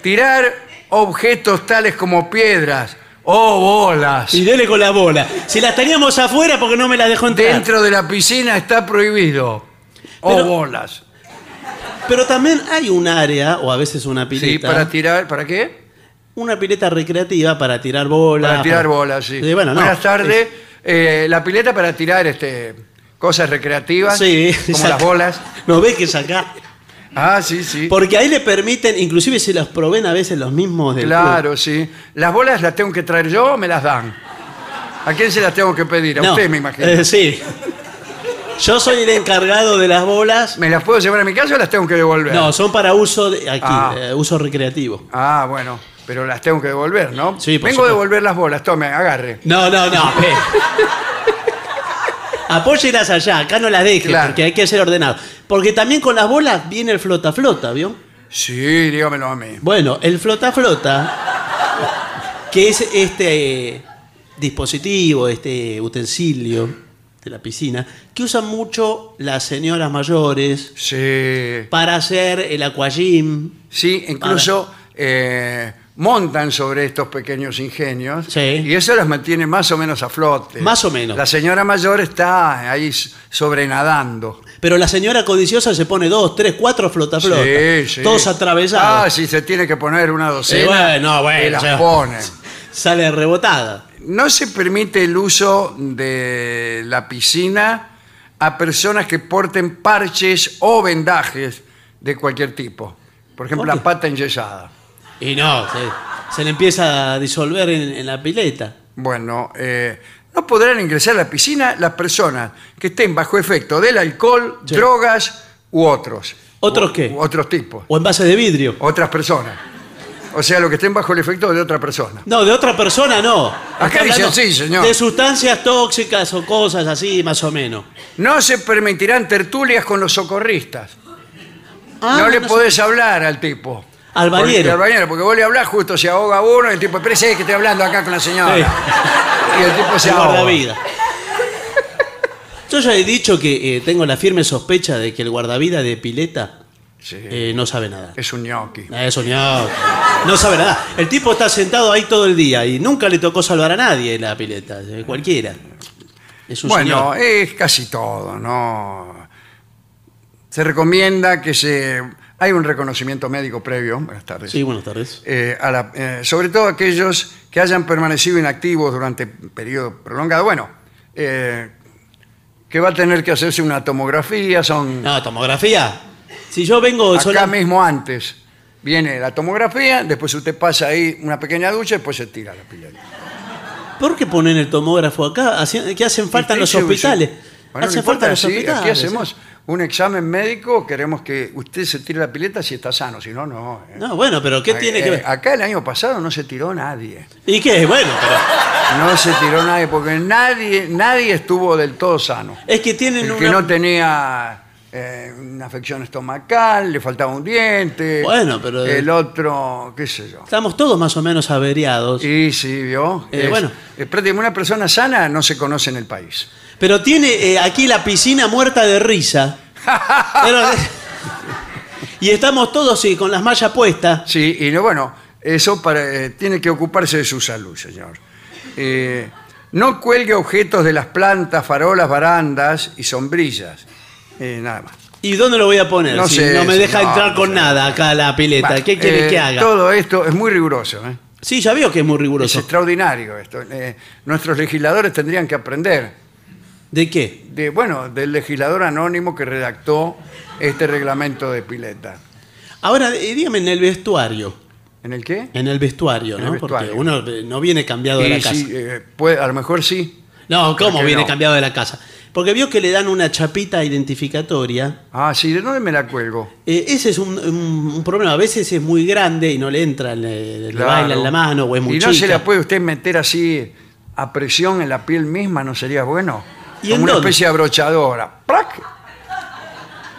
Tirar objetos tales como piedras o bolas
Y dele con la bola. Si las teníamos afuera, porque no me las dejó entrar.
dentro de la piscina está prohibido. O
Pero-
bolas.
Pero también hay un área, o a veces una pileta.
Sí, para tirar, ¿para qué?
Una pileta recreativa para tirar bolas.
Para tirar bolas, sí.
bueno, no.
Buenas tardes. Eh, la pileta para tirar este, cosas recreativas,
Sí,
como
saca-
las bolas.
No ves que es acá.
Ah, sí, sí.
Porque ahí le permiten, inclusive se las proveen a veces los mismos del club.
Claro, sí. ¿Las bolas las tengo que traer yo o me las dan? ¿A quién se las tengo que pedir? A
No,
usted, me imagino.
eh, sí. Yo soy el encargado de las bolas.
¿Me las puedo llevar a mi casa o las tengo que devolver?
No, son para uso de, aquí,
Ah.
eh, uso recreativo.
Ah, bueno, pero las tengo que devolver, ¿no?
Sí, por
Vengo a
supuesto.
devolver las bolas, tome, agarre.
No, no, no. eh. Apóyelas allá, acá no las deje,
Claro.
porque hay que ser ordenado. Porque también con las bolas viene el flota-flota, ¿vio?
Sí, dígamelo a mí.
Bueno, el flota flota, que es este eh, dispositivo, este utensilio de la piscina, que usan mucho las señoras mayores
Sí.
para hacer el aquagym.
Sí, incluso eh, montan sobre estos pequeños ingenios
Sí.
y eso las mantiene más o menos a flote.
Más o menos.
La señora mayor está ahí s- sobrenadando.
Pero la señora codiciosa se pone dos, tres, cuatro flota flota.
Sí, sí.
Todos
Ah,
atravesados.
si se tiene que poner una docena.
Eh, bueno, bueno,
que las
ya.
ponen.
Sale rebotada.
No se permite el uso de la piscina a personas que porten parches o vendajes de cualquier tipo. Por ejemplo,
¿Por qué?
la pata enyesada.
Y no, se, se le empieza a disolver en, en la pileta.
Bueno, eh, no podrán ingresar a la piscina las personas que estén bajo efecto del alcohol,
Sí.
drogas u otros.
¿Otros
U-
qué?
u otros tipos.
O en base de vidrio.
Otras personas. O sea, los que estén bajo el efecto de otra persona.
No, de otra persona no. Está
dice
hablando
así, señor.
De sustancias tóxicas o cosas así, más o menos.
No se permitirán tertulias con los socorristas.
Ah,
no le
no sé.
podés hablar al tipo.
Al bañero.
Porque, al bañero, porque vos le hablás, justo se ahoga uno y el tipo, pero que estoy hablando acá con la señora. Y el tipo se
El
ahoga.
guardavidas. Yo ya he dicho que eh, tengo la firme sospecha de que el guardavida de pileta
Sí,
eh, no sabe nada.
Es un ñoqui.
Eso no. No sabe nada. El tipo está sentado ahí todo el día y nunca le tocó salvar a nadie la pileta, eh, cualquiera. Es un
Bueno, eh,
señor.
es casi todo, ¿no? Se recomienda que se... Hay un reconocimiento médico previo, buenas tardes,
Sí, buenas tardes.
eh, a la- eh, sobre todo aquellos que hayan permanecido inactivos durante un periodo prolongado. Bueno, eh, que va a tener que hacerse una tomografía, son
No, Ah, tomografía. Si yo vengo
acá
solamente.
mismo antes. Viene la tomografía, después usted pasa ahí una pequeña ducha y después se tira la pileta.
¿Por qué ponen el tomógrafo acá? Haci- Que hacen falta en los
Sí, pues, sí,
hospitales.
Bueno, no
hacen
importa,
falta en los
sí,
hospitales. ¿eh?
Aquí hacemos un examen médico, queremos que usted se tire la pileta si está sano, si no, no. eh.
No, bueno, pero ¿qué
Eh,
tiene que
eh,
ver?
Acá el año pasado no se tiró nadie.
¿Y qué? Bueno, pero
No se tiró nadie, porque nadie, nadie estuvo del todo sano.
es que tienen
El
una...
que no tenía eh, una afección estomacal, le faltaba un diente.
Bueno, pero-
El otro, qué sé yo.
Estamos todos más o menos averiados.
Y sí, vio.
Eh,
Es-
bueno.
eh, prácticamente una persona sana no se conoce en el país.
Pero tiene eh, aquí la piscina muerta de risa. Pero- y estamos todos sí, con las mallas puestas.
Sí, y no, bueno, eso para, eh, tiene que ocuparse de su salud, señor. Eh, no cuelgue objetos de las plantas, farolas, barandas y sombrillas. Eh, nada más.
¿Y dónde lo voy a poner?
No
si
sé,
no me deja
no,
entrar
no
con
sé.
nada acá a la pileta.
Bueno,
¿Qué quiere
eh,
que haga?
Todo esto es muy riguroso, ¿eh?
Sí, ya veo que es muy
es
riguroso.
extraordinario esto. Eh, nuestros legisladores tendrían que aprender
¿De qué?
de, bueno, del legislador anónimo que redactó este reglamento de pileta.
Ahora, eh, dígame en el vestuario.
¿En el qué?
En el vestuario,
En
¿no?
el
Porque
vestuario.
uno eh, no viene cambiado de
Y
la casa.
sí, eh, puede- a lo mejor sí.
No,
Creo
¿cómo
que
viene
no.
cambiado de la casa? Porque vio que le dan una chapita identificatoria.
Ah, sí, ¿de dónde me la cuelgo?
Eh, ese es un, un- un problema. A veces es muy grande y no le entra, le, le
Claro.
baila en la mano o es muy
Y no se
chica.
la puede usted meter así a presión en la piel misma, ¿no sería bueno?
¿Y
Como
en
una
dónde?
especie de abrochadora. ¡Prac!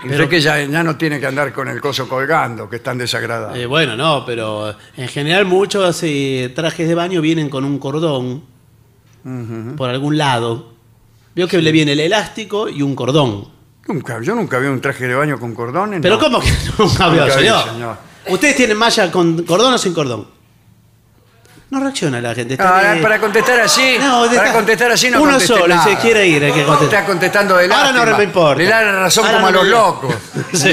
Y
Pero-
usted que ya, ya no tiene que andar con el coso colgando, que es tan desagradable.
Eh, bueno, no, pero en general muchos eh, trajes de baño vienen con un cordón por algún lado. Vio que le viene el elástico y un cordón.
Nunca, yo nunca vi un traje de baño con cordones.
Pero
no.
¿cómo que no, Javier,
Nunca vi,
señor?
señor.
¿Ustedes tienen malla con cordón o sin cordón? No reacciona la gente. está
Ah,
bien.
para contestar así,
No, de-
para contestar así no
Uno
conteste
solo,
nada.
se quiere ir, hay que contestar.
Está contestando de
Ahora no
lástima.
me importa.
Le da la razón
Ahora
como
no
a los
me-
locos.
Sí.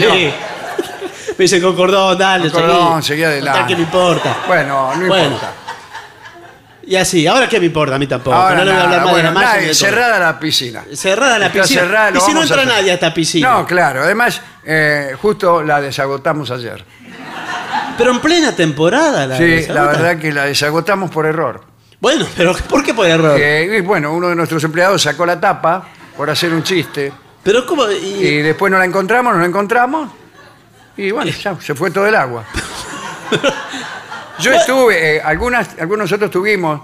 Me dice con cordón, dale,
Con cordón,
seguí.
seguí adelante.
Total, que no importa.
Bueno, no
Bueno,
importa.
Y así, ahora qué me importa, a mí tampoco.
Ahora
no le voy
nada,
a hablar más
bueno,
de la malla
nadie,
ni de todo.
cerrada la piscina.
Cerrada la
Está
piscina.
cerrada, lo
y si no
vamos a
entra
hacer.
nadie a esta piscina.
No, claro. Además, eh, justo la desagotamos ayer.
Pero en plena temporada la
sí,
desagota.
la verdad que la desagotamos por error.
Bueno, pero ¿por qué por error?
Eh, y bueno, uno de nuestros empleados sacó la tapa por hacer un chiste
Pero cómo y-
y después no la encontramos, no la encontramos y bueno, ya se fue todo el agua. Yo estuve, eh, algunas, algunos nosotros tuvimos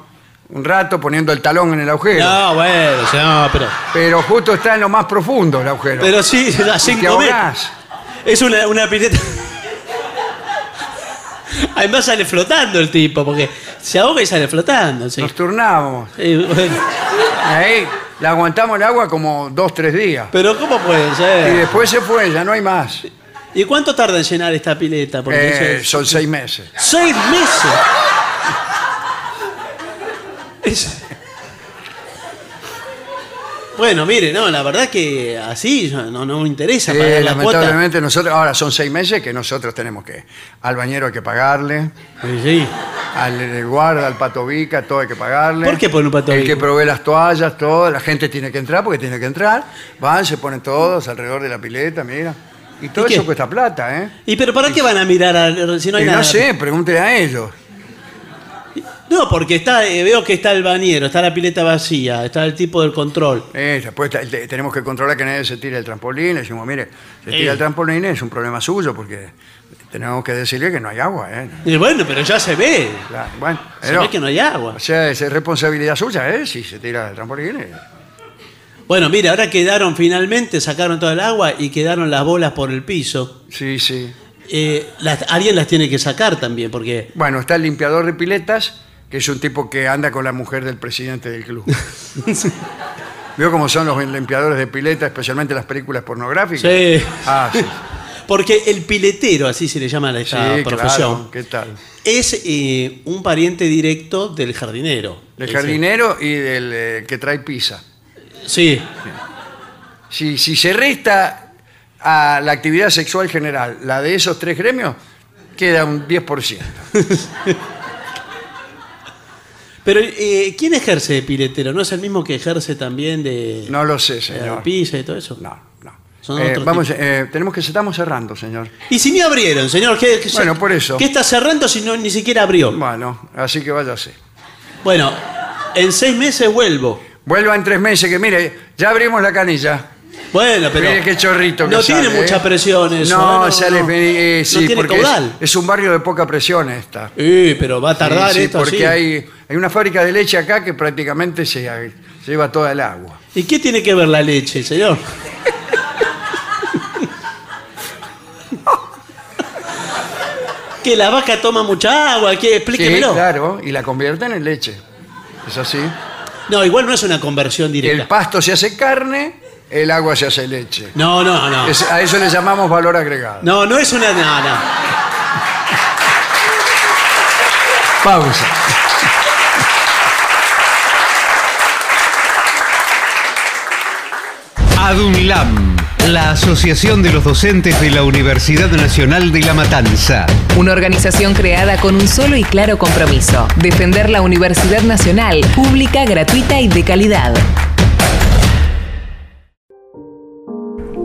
un rato poniendo el talón en el agujero,
No, bueno, o sea, no, pero
pero justo está en lo más profundo el agujero.
pero sí, a
te
5 metros.
ahogás.
Es una, una pileta. Además sale flotando el tipo, porque se ahoga y sale flotando. sí.
Nos turnamos.
Eh, bueno,
Ahí la aguantamos el agua como dos, tres días.
pero ¿cómo puede
Y
ser?
después se fue, ya no hay más.
¿Y cuánto tarda en llenar esta pileta? Porque eso
Eh,
es-
son seis meses.
¡Seis meses! Es- Bueno, mire, no, la verdad que así yo- no, no me interesa
Eh,
pagar la cuota.
lamentablemente nosotros, ahora son seis meses que nosotros tenemos que, al bañero hay que pagarle,
Sí, sí.
al eh, guarda, al patovica, todo hay que pagarle.
¿Por qué pone un Pato
El
Bica?
que provee las toallas, todo, la gente tiene que entrar porque tiene que entrar. Van, se ponen todos alrededor de la pileta, mira. Y todo
¿Y qué?
eso cuesta plata, ¿eh?
¿Y pero para qué van a mirar al- si no hay
Y
nada?
no sé, pregúntele a ellos.
No, porque está, eh, veo que está el bañero, está la pileta vacía, está el tipo del control.
Eh, después te- te- tenemos que controlar que nadie se tire el trampolín. Le decimos, mire, se tira
Eh.
el trampolín es un problema suyo porque tenemos que decirle que no hay agua, ¿eh?
Y bueno, pero ya se ve.
Claro, bueno,
Se
pero-
ve que no hay agua.
O sea, esa es responsabilidad suya, ¿eh? Si se tira el trampolín. eh.
Bueno, mira, ahora quedaron finalmente, sacaron todo el agua y quedaron las bolas por el piso.
Sí, sí.
Eh, las- alguien las tiene que sacar también, porque
Bueno, está el limpiador de piletas, que es un tipo que anda con la mujer del presidente del club. ¿Vio cómo son los limpiadores de piletas, especialmente las películas pornográficas?
Sí.
Ah, sí.
porque el piletero, así se le llama a
Sí,
esta
claro.
profesión,
¿Qué tal?
es eh, un pariente directo del jardinero.
Del
Ese.
jardinero y del eh, que trae pizza.
Sí,
Si, si se resta a la actividad sexual general la de esos tres gremios, queda un 10%.
pero eh, ¿quién ejerce de piletero? ¿No es el mismo que ejerce también de,
No lo sé,
de
señor.
pisa y todo eso?
No, no.
Son
Eh,
otro
vamos,
tipo.
eh, tenemos que estamos cerrando, señor.
Y si ni abrieron, señor, ¿qué, qué-
Bueno, por eso.
¿Qué está cerrando si no, ni siquiera abrió?
Bueno, así que váyase.
Bueno, en seis meses vuelvo.
Vuelva en tres meses, que mire, ya abrimos la canilla.
Bueno, pero.
Mire qué chorrito que
No
sale,
tiene
¿eh?
mucha presión eso.
No,
¿eh?
sale, eh,
No
sí,
tiene
porque es-
caudal.
Es, un barrio de poca presión esta.
Sí, pero va a tardar
Sí, sí,
esto
porque
así.
Hay, hay una fábrica de leche acá que prácticamente se se lleva toda el agua.
¿Y qué tiene que ver la leche, señor? que la vaca toma mucha agua, que explíquemelo.
Sí, claro, y la convierten en leche. Es así.
No, igual no es una conversión
El
directa.
pasto se hace carne, el agua se hace leche.
No, no, no.
Es- a eso le llamamos valor agregado.
No, no es una. No, no.
Pausa.
ADUNLAM, la Asociación de los Docentes de la Universidad Nacional de La Matanza.
Una organización creada con un solo y claro compromiso, defender la Universidad Nacional, pública, gratuita y de calidad.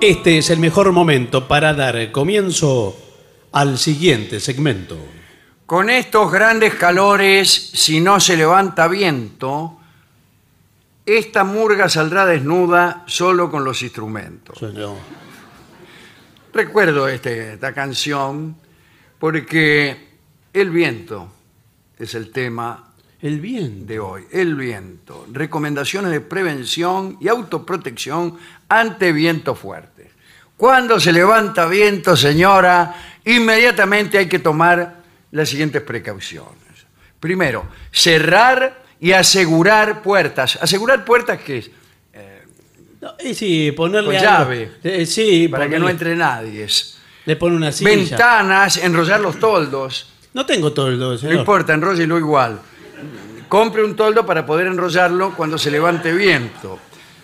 este es el mejor momento para dar comienzo al siguiente segmento.
Con estos grandes calores, si no se levanta viento, esta murga saldrá desnuda solo con los instrumentos.
Señor.
Recuerdo este- esta canción porque el viento es el tema
El bien.
de hoy. El viento. Recomendaciones de prevención y autoprotección ante vientos fuertes. Cuando se levanta viento, señora, inmediatamente hay que tomar las siguientes precauciones. Primero, cerrar y asegurar puertas. ¿Asegurar puertas qué es?
No, y sí, ponerle
Con
algo.
llave.
Eh, sí,
Para que
ponerle-
no entre nadie.
Le pone una silla.
Ventanas, enrollar los toldos.
No tengo toldo,
No
señor.
importa, enróllelo igual. Compre un toldo para poder enrollarlo cuando se levante viento.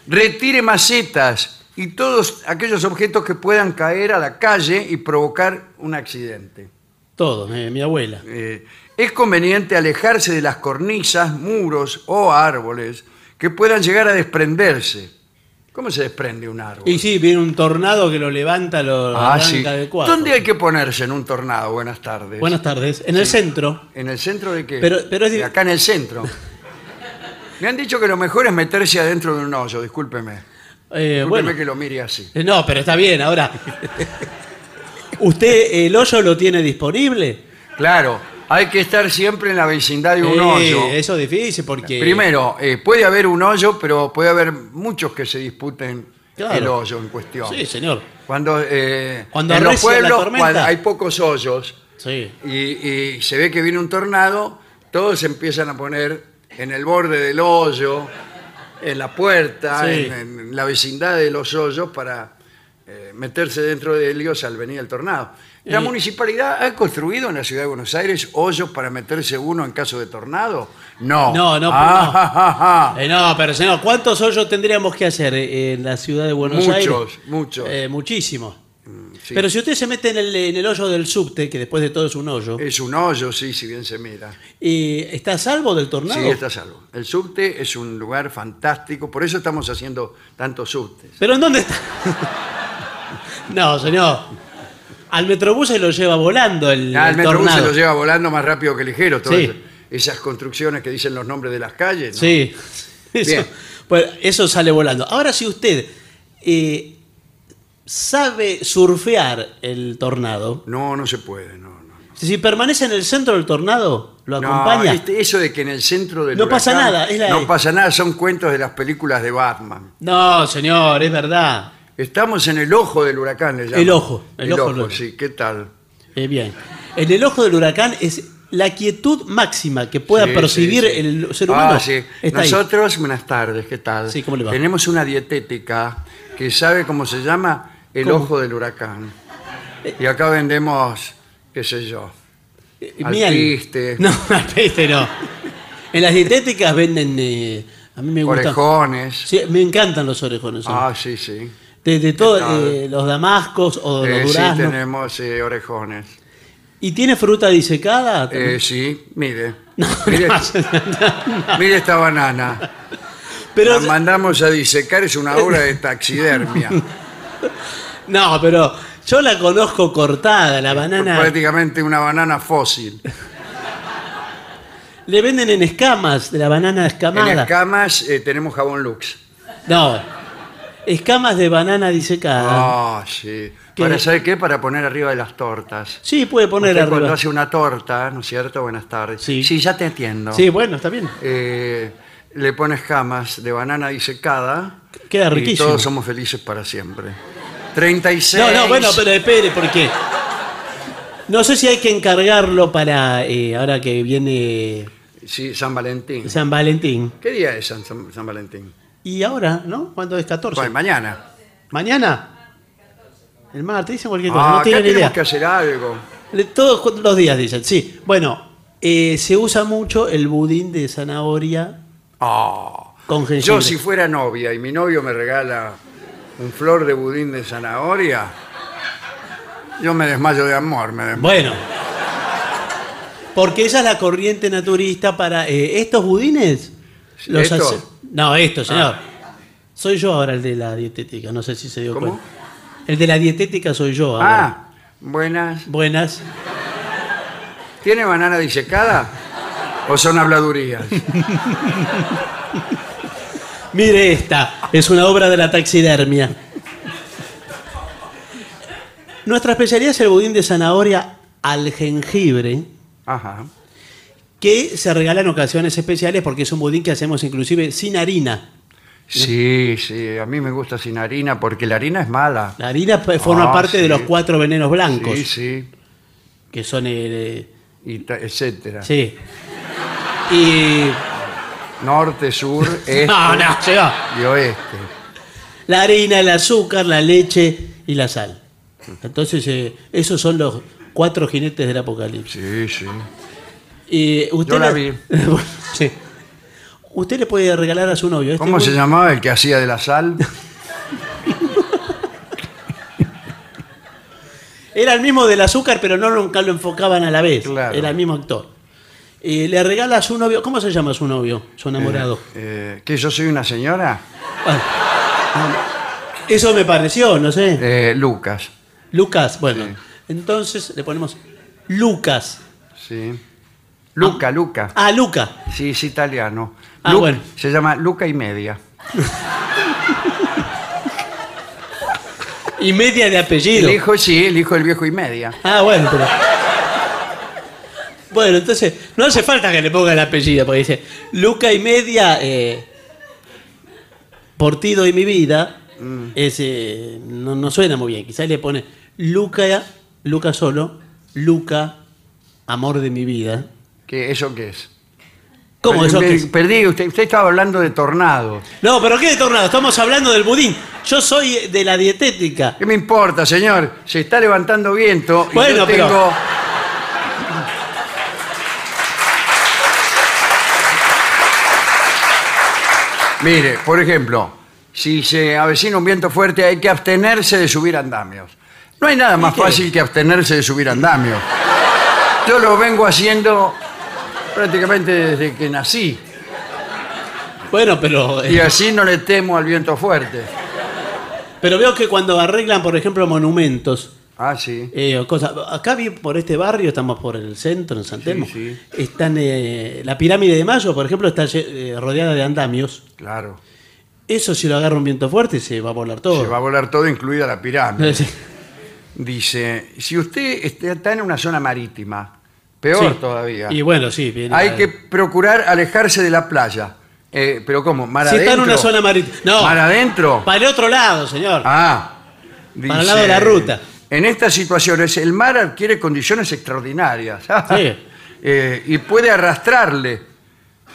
Retire macetas y todos aquellos objetos que puedan caer a la calle y provocar un accidente.
Todo, eh, mi abuela.
Eh, es conveniente alejarse de las cornisas, muros o árboles que puedan llegar a desprenderse. ¿Cómo se desprende un árbol?
Y sí, viene un tornado que lo levanta, lo
Ah,
arranca
sí.
de cuatro.
¿Dónde hay que ponerse en un tornado? Buenas tardes.
Buenas tardes. En el centro.
¿En el centro de qué?
Pero- pero es di-
De acá en el centro. Me han dicho que lo mejor es meterse adentro de un hoyo, discúlpeme.
eh,
Discúlpeme
bueno.
que lo mire así.
Eh, No, pero está bien, ahora. ¿Usted el hoyo lo tiene disponible?
Claro, hay que estar siempre en la vecindad de un
Eh,
hoyo.
Eso es difícil porque.
Primero, eh, puede haber un hoyo, pero puede haber muchos que se disputen
Claro.
el hoyo en cuestión.
Sí, señor.
Cuando, eh,
Cuando
en los
arrecia la
pueblos
tormenta.
cuando hay pocos hoyos
Sí.
y, y se ve que viene un tornado, todos se empiezan a poner en el borde del hoyo, en la puerta,
Sí.
en, en la vecindad de los hoyos para eh, meterse dentro de ellos al venir el tornado. La
Y-
municipalidad ha construido en la ciudad de Buenos Aires hoyos para meterse uno en caso de tornado. No.
No, no,
Ah,
no.
ja, ja, ja.
Eh, no, pero señor, ¿cuántos hoyos tendríamos que hacer eh, en la ciudad de Buenos
Muchos,
Aires?
muchos. Mm,
Eh, muchísimos.
Sí.
Pero si usted se mete en el, en el hoyo del subte, que después de todo es un hoyo,
Es un hoyo, sí, si bien se mira.
eh, ¿está a salvo del tornado?
Sí, está a salvo. El subte es un lugar fantástico, por eso estamos haciendo tantos subtes.
¿Pero en dónde está? no, señor. Al metrobús se lo lleva volando el,
Ya, el metrobús
tornado.
se lo lleva volando más rápido que ligero. Todas
Sí.
esas- esas construcciones que dicen los nombres de las calles. ¿no?
Sí. Eso,
Bien.
bueno, eso sale volando. Ahora, si usted eh, sabe surfear el tornado,
No, no se puede, no, no.
si permanece en el centro del tornado, lo
No,
acompaña.
este- eso de que en el centro del
No pasa
huracán
nada, es la-
no pasa nada, son cuentos de las películas de Batman.
No, señor, es verdad.
Estamos en el ojo del huracán, le llaman.
El ojo, el ojo del huracán.
sí, ¿qué tal?
Eh, bien. En el ojo del huracán es la quietud máxima que pueda
Sí,
percibir
sí, sí.
el ser humano.
Ah, sí.
Está ahí.
Nosotros, buenas tardes, ¿qué tal?
Sí, ¿cómo le va?
Tenemos una dietética que sabe cómo se llama el
¿Cómo?
ojo del huracán. Y acá vendemos, qué sé yo.
Eh,
al
miel.
piste.
No, al piste no. En las dietéticas venden. eh, a mí me gustan.
Orejones.
Sí, me encantan los orejones. son.
Ah, sí, sí.
de de todo,
tal?
eh, los damascos o
Eh,
los
sí,
duraznos.
tenemos eh, orejones.
¿Y tiene fruta disecada?
Eh, sí, mire.
No,
mire,
no,
mire esta banana.
pero,
La mandamos a disecar, es una obra de taxidermia.
no, pero yo la conozco cortada,
Eh,
la banana.
Prácticamente una banana fósil.
Le venden en escamas, de la banana escamada.
En escamas eh, tenemos jabón Lux.
No. Escamas de banana disecada.
Ah, sí.
¿Qué?
¿Para saber qué? Para poner arriba de las tortas.
Sí, puede poner
Usted
arriba.
cuando hace una torta, ¿no es cierto? Buenas tardes.
Sí.
ya te entiendo.
Sí, bueno, está bien.
Eh, le pones camas de banana disecada.
Queda
Y
riquísimo.
todos somos felices para siempre. 36.
No, no, bueno, pero espere, porque no sé si hay que encargarlo para eh, ahora que viene
Sí, San Valentín.
San Valentín.
¿Qué día es San, San- San Valentín?
Y ahora, ¿no? ¿Cuándo es 14?
Bueno, mañana.
¿Mañana? El martes, dicen cualquier cosa,
Ah,
no
acá
tienen
tenemos
idea.
que hacer algo.
De Todos cu- los días dicen, sí. Bueno, eh, se usa mucho el budín de zanahoria
Ah.
con jengibre.
Yo si fuera novia y mi novio me regala un flor de budín de zanahoria, yo me desmayo de amor. Me desmayo.
Bueno. Porque esa es la corriente naturista para eh, estos budines. Los
¿Esto?
hace- No, esto,
Ah.
señor. Soy yo ahora el de la dietética, no sé si se dio
¿Cómo?
cuenta. El de la dietética soy yo ahora.
Ah, buenas.
Buenas.
¿Tiene banana disecada? ¿O son habladurías?
Mire esta, es una obra de la taxidermia. Nuestra especialidad es el budín de zanahoria al jengibre,
Ajá.
que se regala en ocasiones especiales porque es un budín que hacemos inclusive sin harina.
Sí, sí, a mí me gusta sin harina porque la harina es mala.
La harina pues, forma
Ah,
parte de
sí.
los cuatro venenos blancos,
Sí, sí,
que son el... eh,
y ta- etcétera.
sí. Y...
Norte, sur, este
No, no, llegó.
y oeste.
La harina, el azúcar, la leche y la sal. Entonces, eh, esos son los cuatro jinetes del apocalipsis.
Sí, sí.
Este Y usted
Yo la vi.
Sí. Usted le puede regalar a su novio. este
¿Cómo se
budín-
llamaba el que hacía de la sal?
Era el mismo del azúcar, pero no nunca lo enfocaban a la vez.
Claro.
Era el mismo actor. Eh, le regala a su novio. ¿Cómo se llama su novio? Su enamorado.
Eh, ¿Que yo soy una señora?
ah, Eso me pareció, no sé.
Eh, Lucas,
Lucas, bueno. Entonces le ponemos Lucas.
sí. Luca, Luca.
Ah, Luca.
Sí, es italiano.
Ah,
Lu-
bueno.
Se llama Luca y media.
Y media de apellido.
El hijo, sí, el hijo del viejo y media.
Ah, bueno, pero. Bueno, entonces, no hace falta que le ponga el apellido, porque dice Luca y media, eh, Portido y mi vida,
Mm.
es, eh, no, no suena muy bien. Quizás le pone Luca, Luca solo, Luca, amor de mi vida.
¿Qué, ¿Eso qué es?
¿Cómo
Me-
eso?
me
qué es?
Perdí, usted, usted estaba hablando de tornado.
No, pero ¿qué de tornado? Estamos hablando del budín. Yo soy de la dietética.
¿Qué me importa, señor? Se está levantando viento y
Bueno,
yo
pero-
tengo... Mire, por ejemplo, si se avecina un viento fuerte hay que abstenerse de subir andamios. No hay nada más
qué?
fácil que abstenerse de subir andamios. Yo lo vengo haciendo prácticamente desde que nací
Bueno, pero. eh,
y así no le temo al viento fuerte.
Pero veo que cuando arreglan, por ejemplo, monumentos.
Ah, sí.
eh, o cosas. Acá vi por este barrio, estamos por el centro, en San Telmo.
Sí,
Están, eh, la pirámide de Mayo, por ejemplo, está lle- eh, rodeada de andamios.
Claro.
Eso si lo agarra un viento fuerte se va a volar todo.
Se va a volar todo, incluida la pirámide.
Sí.
Dice, si usted este- está en una zona marítima, peor
Sí.
todavía,
Y bueno, sí. viene
hay
la-
que procurar alejarse de la playa. Eh, ¿Pero cómo? ¿Mar
Si está en
adentro?
una zona marítima. No.
¿Mar adentro?
Para el otro lado, señor.
Ah.
Para el lado de la ruta.
En estas situaciones, el mar adquiere condiciones extraordinarias
Sí.
Eh, y puede arrastrarle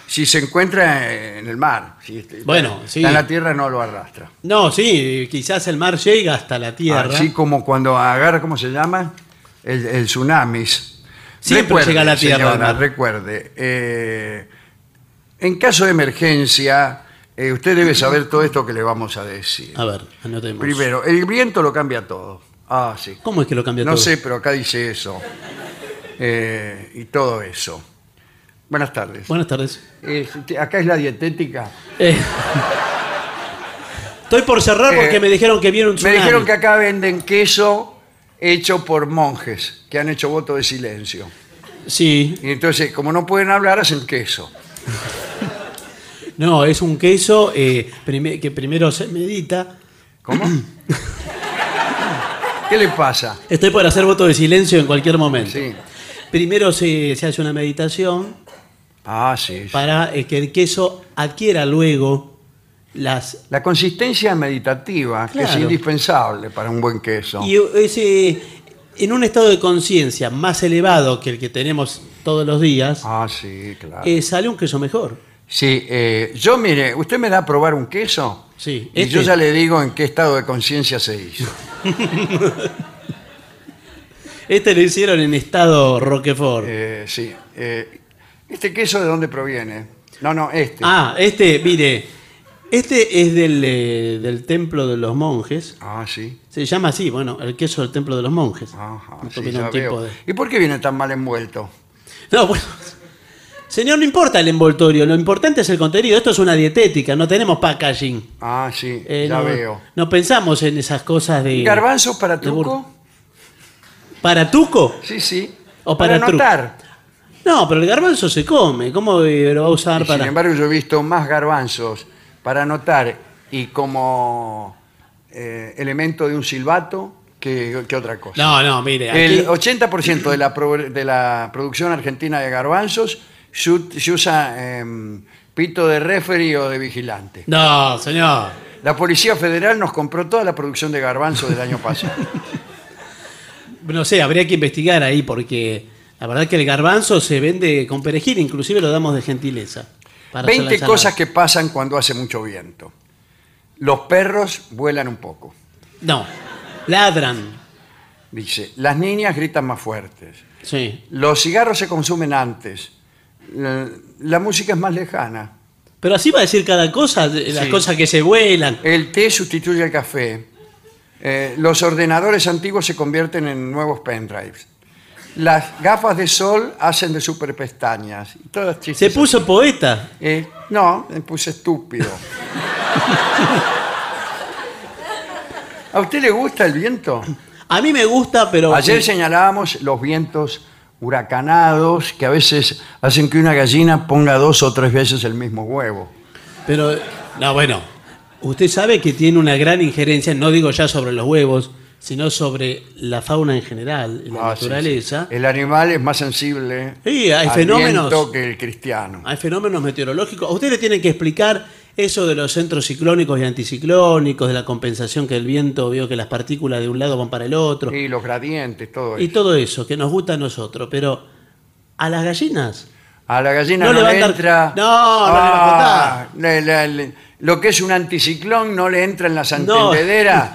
si se encuentra en el mar. Si este-
Bueno, sí.
está en la tierra no lo arrastra.
No, sí, quizás el mar llega hasta la tierra.
Así como cuando agarra, ¿cómo se llama? El, el tsunami.
Siempre llega a la tierra,
señora,
¿no?
recuerde. eh, en caso de emergencia, eh, usted debe saber todo esto que le vamos a decir.
A ver, anotemos.
Primero, el viento lo cambia todo. Ah, sí.
¿Cómo es que lo cambia
No
todo?
sé, pero acá dice eso. Eh, y todo eso. Buenas tardes.
Buenas tardes.
Eh, este, acá es la dietética.
Eh, Estoy por cerrar porque
Eh,
me dijeron que viene un
Me
tsunami.
dijeron que acá venden queso hecho por monjes que han hecho voto de silencio.
Sí.
Y entonces, como no pueden hablar, hacen queso.
No, es un queso eh, prime- que primero se medita.
¿Cómo? ¿Qué le pasa?
Estoy por hacer voto de silencio en cualquier momento.
Sí.
Primero se, se hace una meditación
Ah, sí. sí.
para eh, que el queso adquiera luego las
La consistencia meditativa, que es
Claro.
indispensable para un buen queso.
Y ese, en un estado de conciencia más elevado que el que tenemos todos los días,
Ah, sí, claro.
eh, sale un queso mejor.
Sí, eh, yo mire, usted me da a probar un queso
Sí,
y
este.
yo ya le digo en qué estado de conciencia se hizo.
Este lo hicieron en estado Roquefort.
Eh, sí. eh, ¿Este queso de dónde proviene? No, no, este.
Ah, este, mire, este es del, eh, del templo de los monjes.
Ah, sí.
Se llama así, bueno, el queso del templo de los monjes.
Ajá,
No
sí,
combina
ya
un tipo
veo.
de-
¿Y por qué viene tan mal envuelto?
No, bueno. Señor, no importa el envoltorio, lo importante es el contenido. Esto es una dietética, no tenemos packaging.
Ah, sí,
Eh,
ya
no,
veo.
No pensamos en esas cosas de.
¿Garbanzos para
de bur-
truco?
¿Para tuco?
Sí, sí.
O para truco.
anotar.
No, pero el garbanzo se come. ¿Cómo eh, lo va a usar
Y
para.?
Sin embargo, yo he visto más garbanzos para anotar y como eh, elemento de un silbato que, que otra cosa.
no, no, mire. Aquí,
El 80% de la, pro- de la producción argentina de garbanzos se, ut- se usa em, pito de referee o de vigilante.
No, señor.
La Policía Federal nos compró toda la producción de garbanzos del año pasado.
No sé, habría que investigar ahí porque la verdad que el garbanzo se vende con perejil, inclusive lo damos de gentileza. para hacer
20
la ensalada.
cosas que pasan cuando hace mucho viento. Los perros vuelan un poco.
No, ladran.
Dice, las niñas gritan más fuertes.
Sí.
Los cigarros se consumen antes. La, la música es más lejana.
Pero así va a decir cada cosa, de- las
Sí.
cosas que se vuelan.
El té sustituye al café. Eh, los ordenadores antiguos se convierten en nuevos pendrives. Las gafas de sol hacen de super pestañas. Y todas
Se
chistes
puso poeta.
así. Eh, no, me puse estúpido. ¿A usted le gusta el viento?
A mí me gusta, pero. eh,
Ayer señalábamos los vientos huracanados que a veces hacen que una gallina ponga dos o tres veces el mismo huevo.
Pero, no, bueno, usted sabe que tiene una gran injerencia, no digo ya sobre los huevos, sino sobre la fauna en general, y la
Ah, sí,
naturaleza.
sí. El animal es más sensible
Sí, hay
al
fenómenos.
viento que el cristiano.
Hay fenómenos meteorológicos. A usted le tienen que explicar eso de los centros ciclónicos y anticiclónicos, de la compensación que el viento vio que las partículas de un lado van para el otro,
Y los gradientes, todo
y
eso.
todo eso que nos gusta a nosotros. Pero a las gallinas
A la gallina
No
no, le
levantar-
entra. Ah,
No, no le va a
le- le- le- lo que es un anticiclón no le entra en las
No.
antendederas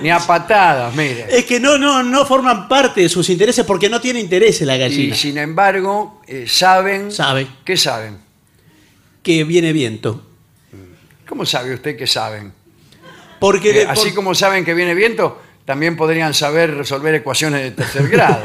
ni a patadas, mire.
Es que no, no, no forman parte de sus intereses porque no tiene interés la
Y
gallina.
sin embargo, eh, saben.
Sabe.
¿Qué saben?
Que viene viento.
¿Cómo sabe usted que saben?
Porque
Eh,
le-
así
por-
como saben que viene viento, también podrían saber resolver ecuaciones de tercer grado.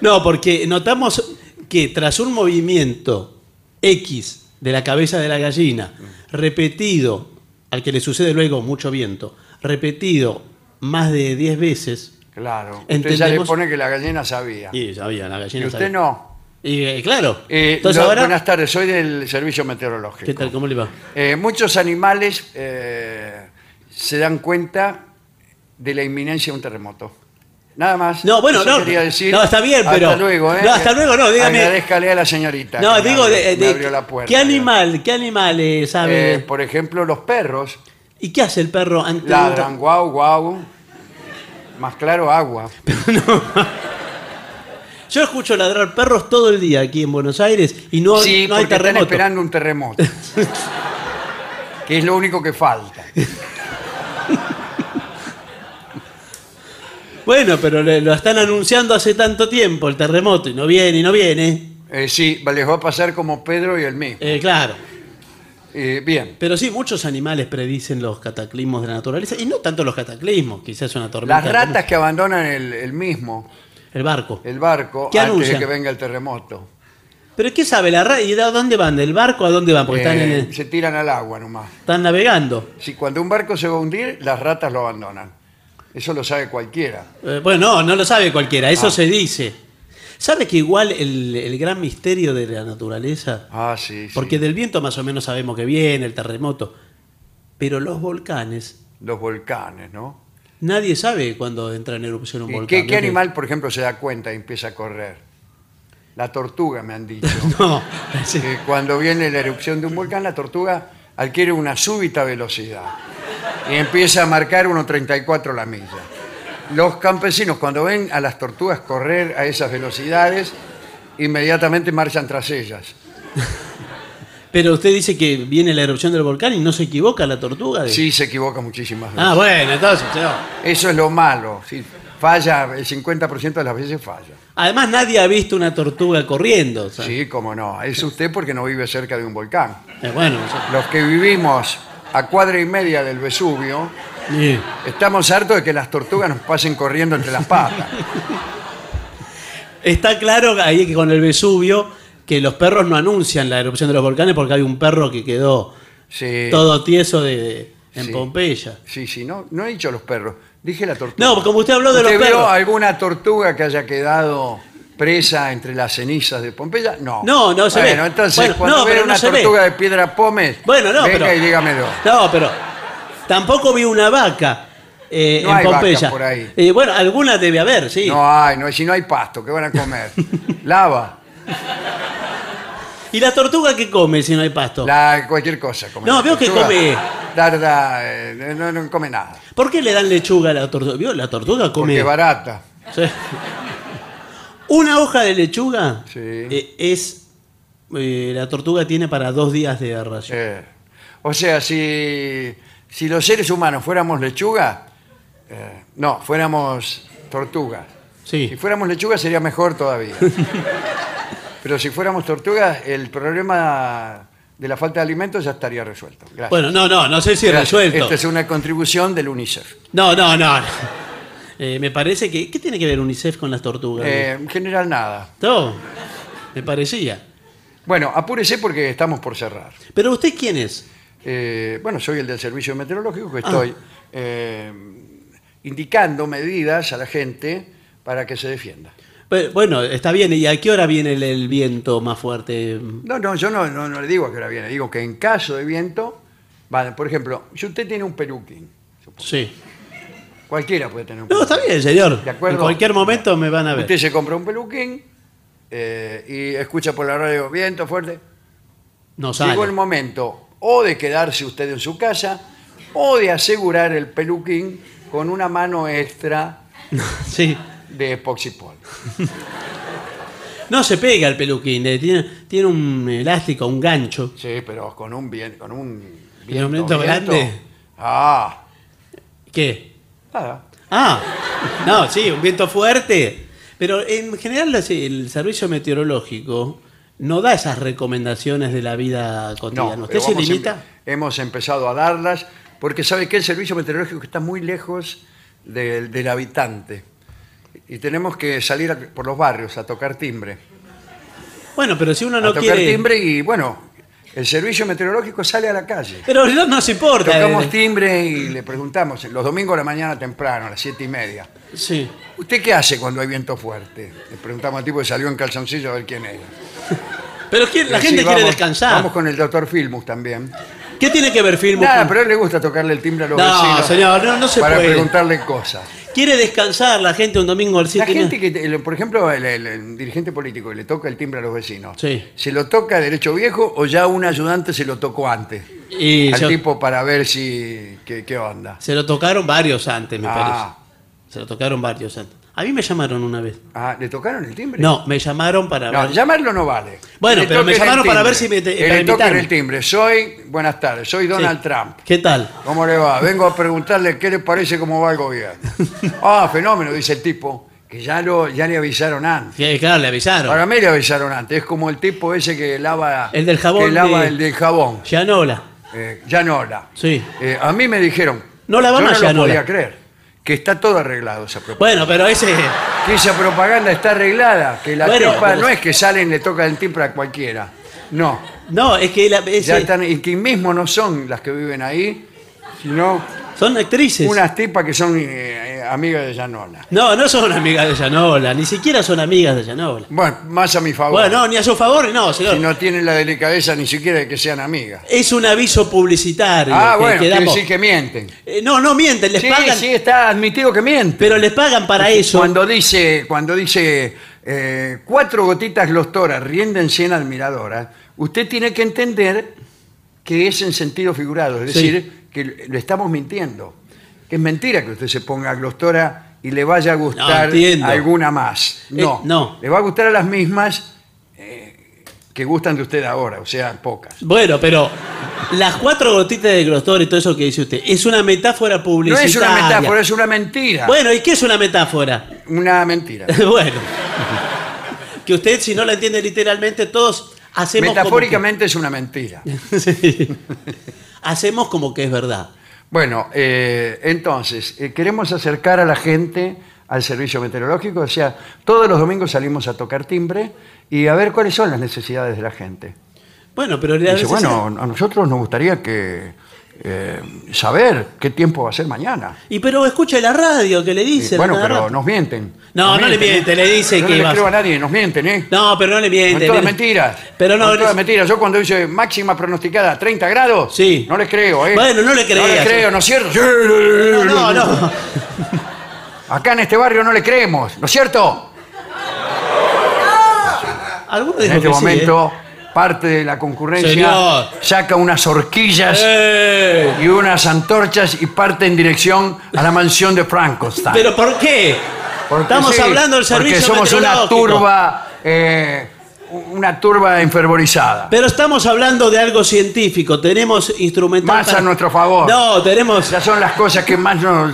No, porque notamos que tras un movimiento X de la cabeza de la gallina, repetido, al que le sucede luego mucho viento, repetido más de 10 veces,
Claro. Usted ya le
Entendemos-
pone que la gallina sabía.
y sabía, la gallina
Y usted
sabía.
no.
Y eh, claro,
Eh,
entonces
lo-
ahora,
Buenas tardes, soy del servicio meteorológico.
¿qué tal, cómo le va?
Eh, muchos animales eh, se dan cuenta de la inminencia de un terremoto. Nada más.
No, bueno,
Eso
no.
quería decir.
No, está bien, pero-
Hasta luego, ¿eh?
No, hasta luego, no, dígame.
Agradezcale a la señorita.
No,
que me
digo,
abrió-
de-
me
de-
abrió la puerta.
¿qué animal, qué animal eh, sabe?
Eh, por ejemplo, los perros
¿Y qué hace el perro ante
ladran guau, guau. Más claro, agua.
Yo escucho ladrar perros todo el día aquí en Buenos Aires y no,
sí,
no
porque
hay
están
terremoto.
esperando un terremoto. que es lo único que falta.
Bueno, pero le- lo están anunciando hace tanto tiempo el terremoto y no viene y no viene.
Eh, sí, les va a pasar como Pedro y el mío.
Eh, claro.
Eh, bien.
Pero sí, muchos animales predicen los cataclismos de la naturaleza y no tanto los cataclismos, quizás una tormenta.
Las ratas que abandonan el, el mismo,
El barco.
el barco,
¿Qué
antes de
anuncian?
que venga el terremoto.
Pero ¿qué sabe la rata? ¿Y de a dónde van? ¿Del barco a dónde van? Porque están, en
Eh,
el-
Se tiran al agua nomás.
están navegando.
Si cuando un barco se va a hundir, las ratas lo abandonan. Eso lo sabe cualquiera.
Eh, bueno, no, no lo sabe cualquiera,
Ah.
eso se dice. ¿Sabe que igual el, el gran misterio de la naturaleza?
Ah, sí, sí.
Porque del viento más o menos sabemos que viene, el terremoto. Pero los volcanes,
Los volcanes, ¿no?
nadie sabe cuándo entra en erupción un
¿Y
volcán.
qué,
¿no?
qué animal, por ejemplo, se da cuenta y empieza a correr? La tortuga, me han dicho.
No, sí.
Que cuando viene la erupción de un volcán, la tortuga adquiere una súbita velocidad y empieza a marcar 1.34 la milla. Los campesinos, cuando ven a las tortugas correr a esas velocidades, inmediatamente marchan tras ellas.
Pero usted dice que viene la erupción del volcán y no se equivoca la tortuga. de-
Sí, se equivoca muchísimas veces.
Ah, bueno, entonces. no.
Eso es lo malo. sí. falla, el 50% de las veces falla.
Además, nadie ha visto una tortuga corriendo. o sea,
Sí, como no. Es usted porque no vive cerca de un volcán.
eh, bueno, o sea,
Los que vivimos a cuadra y media del Vesubio,
sí.
Estamos hartos de que las tortugas nos pasen corriendo entre las patas.
Está claro ahí que con el Vesubio que los perros no anuncian la erupción de los volcanes porque hay un perro que quedó
Sí,
todo tieso de, de- en
Eh, Sí.
Pompeya.
sí, sí, no, no he dicho los perros, dije la tortuga.
No, como usted habló de los
¿Usted vio
perros.
alguna tortuga que haya quedado presa entre las cenizas de Pompeya? No.
No, no se ve.
Bueno, entonces
Bueno,
cuando
no,
vea
pero no
una
se ve.
tortuga de piedra pómez,
Bueno, no,
venga
pero.
y dígamelo.
No, pero. Tampoco vi una vaca eh,
No
en
hay vacas
Pompeya.
por ahí.
Eh, bueno, alguna debe haber, sí.
No hay, no, si no hay pasto, ¿qué van a comer? Lava,
¿Y la tortuga qué come si no hay pasto?
la, cualquier cosa. come
No,
la
veo que
tortuga.
come-
Tarda, eh, no, no come nada,
¿Por qué le dan lechuga a la tortuga? ¿Vio? La tortuga
porque
come.
es barata.
Sí. Una hoja de lechuga
Sí.
eh, es. eh, la tortuga tiene para dos días de ración.
Eh, o sea, si, si los seres humanos fuéramos lechuga, eh, no, fuéramos tortugas.
Sí.
Si fuéramos lechuga sería mejor todavía. Pero si fuéramos tortugas, el problema de la falta de alimentos ya estaría resuelto. Gracias.
Bueno, no, no, no sé si
Gracias.
resuelto.
Esta este es una contribución del UNICEF.
No, no, no. Eh, me parece que. ¿Qué tiene que ver UNICEF con las tortugas?
Eh, en general, nada.
Todo. Me parecía.
Bueno, apúrese porque estamos por cerrar.
¿Pero usted quién es?
Eh, bueno, soy el del servicio meteorológico
Ah.
que estoy eh, indicando medidas a la gente para que se defienda.
Pe- Bueno, está bien. ¿Y a qué hora viene el, el viento más fuerte?
No, no, yo no, no, no le digo que ahora viene, digo que en caso de viento, vale, por ejemplo, si usted tiene un peluquín,
Sí.
cualquiera puede tener un
No,
peluquín.
está bien, señor.
De acuerdo.
En cualquier momento me van a ver.
Usted se compra un peluquín eh, y escucha por la radio viento fuerte.
No sale.
Llegó el momento o de quedarse usted en su casa o de asegurar el peluquín con una mano extra
Sí.
de epoxipol.
No se pega el peluquín, eh, tiene, tiene un elástico, un gancho.
Sí, pero con un bien, con un
un viento grande?
Ah,
¿Qué?
nada.
Ah, no, sí, un viento fuerte. Pero en general las- el servicio meteorológico no da esas recomendaciones de la vida cotidiana.
No,
¿Usted
pero
se
vamos em-
limita?
hemos empezado a darlas porque sabe que el servicio meteorológico está muy lejos del, del habitante y tenemos que salir a- por los barrios a tocar timbre,
Bueno, pero si uno
a
no
tocar
quiere...
timbre y bueno, el servicio meteorológico sale a la calle.
Pero no nos importa.
Tocamos
eh,
timbre y le preguntamos los domingos a la mañana temprano, a las siete y media.
Sí.
¿Usted qué hace cuando hay viento fuerte? Le preguntamos al tipo que salió en calzoncillo a ver quién era.
Pero ¿quién- la
Sí,
gente quiere
vamos-
descansar.
Vamos con el doctor Filmus también.
¿Qué tiene que ver Filmus?
Nada,
con-
pero a él le gusta tocarle el timbre a los
No,
vecinos
señor, no- no se
para
puede.
preguntarle cosas.
Quiere descansar la gente un domingo al
La
siete y
gente
media?
que, el- por ejemplo, el, el- el dirigente político que le toca el timbre a los vecinos,
Sí.
¿se lo toca derecho viejo o ya un ayudante se lo tocó antes?
Y
al
yo-
tipo para ver si qué, qué onda.
Se lo tocaron varios antes, me
Ah.
parece. Se lo tocaron varios antes. A mí me llamaron una vez.
Ah, ¿Le tocaron el timbre?
No, me llamaron para...
No,
ver-
llamarlo no vale.
Bueno,
Que le
pero me
toquen el
llamaron para
timbre.
ver si me te-
Que
para
le toquen
invitarme.
el timbre. Soy, buenas tardes, soy
Sí.
Donald Trump.
¿Qué tal?
¿Cómo le va? Vengo a preguntarle qué le parece cómo va el gobierno. Ah, fenómeno, dice el tipo, que ya, lo, ya le avisaron antes.
Sí, claro, le avisaron.
Para mí le avisaron antes. Es como el tipo ese que lava...
El del jabón
Que lava
de-
el del jabón.
Gianola.
Eh, Yanola.
Sí.
Eh, a mí me dijeron...
No la va
yo
más
no lo
Yanola.
podía creer. Que está todo arreglado esa propaganda.
Bueno, pero ese.
Que esa propaganda está arreglada. Que la
Bueno,
tipa
pero-
no es que salen y le tocan el timbre a cualquiera. No.
No, es que la- ese-
Ya están, y que mismo no son las que viven ahí, sino
son actrices.
unas tipas que son eh, eh, amigas de Yanola.
No, no son amigas de Yanola, ni siquiera son amigas de Yanola.
Ah, Bueno, más a mi favor.
Bueno, no, ni a su favor, no, señor.
Si no tienen la delicadeza ni siquiera de que sean amigas.
Es un aviso publicitario.
Ah,
que-
bueno,
que
quiere
damos.
decir que mienten.
Eh, no, no mienten, les
Sí,
pagan.
sí, está admitido que mienten.
Pero les pagan para eso.
Cuando dice, cuando dice eh, cuatro gotitas glostoras rienden en admiradoras, usted tiene que entender que es en sentido figurado, es
Sí.
decir, que le estamos mintiendo. Que es mentira que usted se ponga glostora y le vaya a gustar
entiendo.
alguna más. No,
Eh, no.
Le va a gustar a las mismas eh, que gustan de usted ahora, o sea, pocas.
Bueno, pero las cuatro gotitas de Grostor y todo eso que dice usted, es una metáfora
No
publicitaria.
es una metáfora, es una mentira.
Bueno, ¿y qué es una metáfora?
Una mentira.
bueno. Que usted, si no la entiende literalmente, todos hacemos como
Metafóricamente es una mentira.
que- Sí. Hacemos como que es verdad.
Bueno, eh, entonces, eh, queremos acercar a la gente al servicio meteorológico, o sea, todos los domingos salimos a tocar timbre y a ver cuáles son las necesidades de la gente.
Bueno, pero
Y
la
dice,
necesidad-
bueno, a nosotros nos gustaría que eh, saber qué tiempo va a ser mañana.
Y pero escuche la radio que le
Y,
dicen.
bueno,
nada
pero
más.
nos mienten.
No,
Nos
no le mienten, le dice
Yo
que
No le
vas-
creo a nadie, nos mienten, ¿eh?
No, pero no le
Son
mienten.
todas
le-
mentiras.
Pero no,
Son todas
le-
mentiras. Yo cuando dice máxima pronosticada 30 grados,
Sí.
no les creo, ¿eh?
Bueno, no le
No
creas.
les creo, ¿no es cierto? Sí,
no, no, no.
Acá en este barrio no le creemos, ¿no es cierto?
Alguno
En
dijo
este
que sí, ¿eh?
momento, parte de la concurrencia
Señor.
saca unas horquillas
¿eh?
y unas antorchas y parte en dirección a la mansión de Frankenstein.
Pero ¿por qué?
Porque
Estamos
sí,
hablando del servicio
Porque somos una
meteorológico.
turba, eh, una turba enfervorizada.
Pero estamos hablando de algo científico. Tenemos instrumental.
Más a nuestro favor.
No, tenemos.
Esas son las cosas que más nos...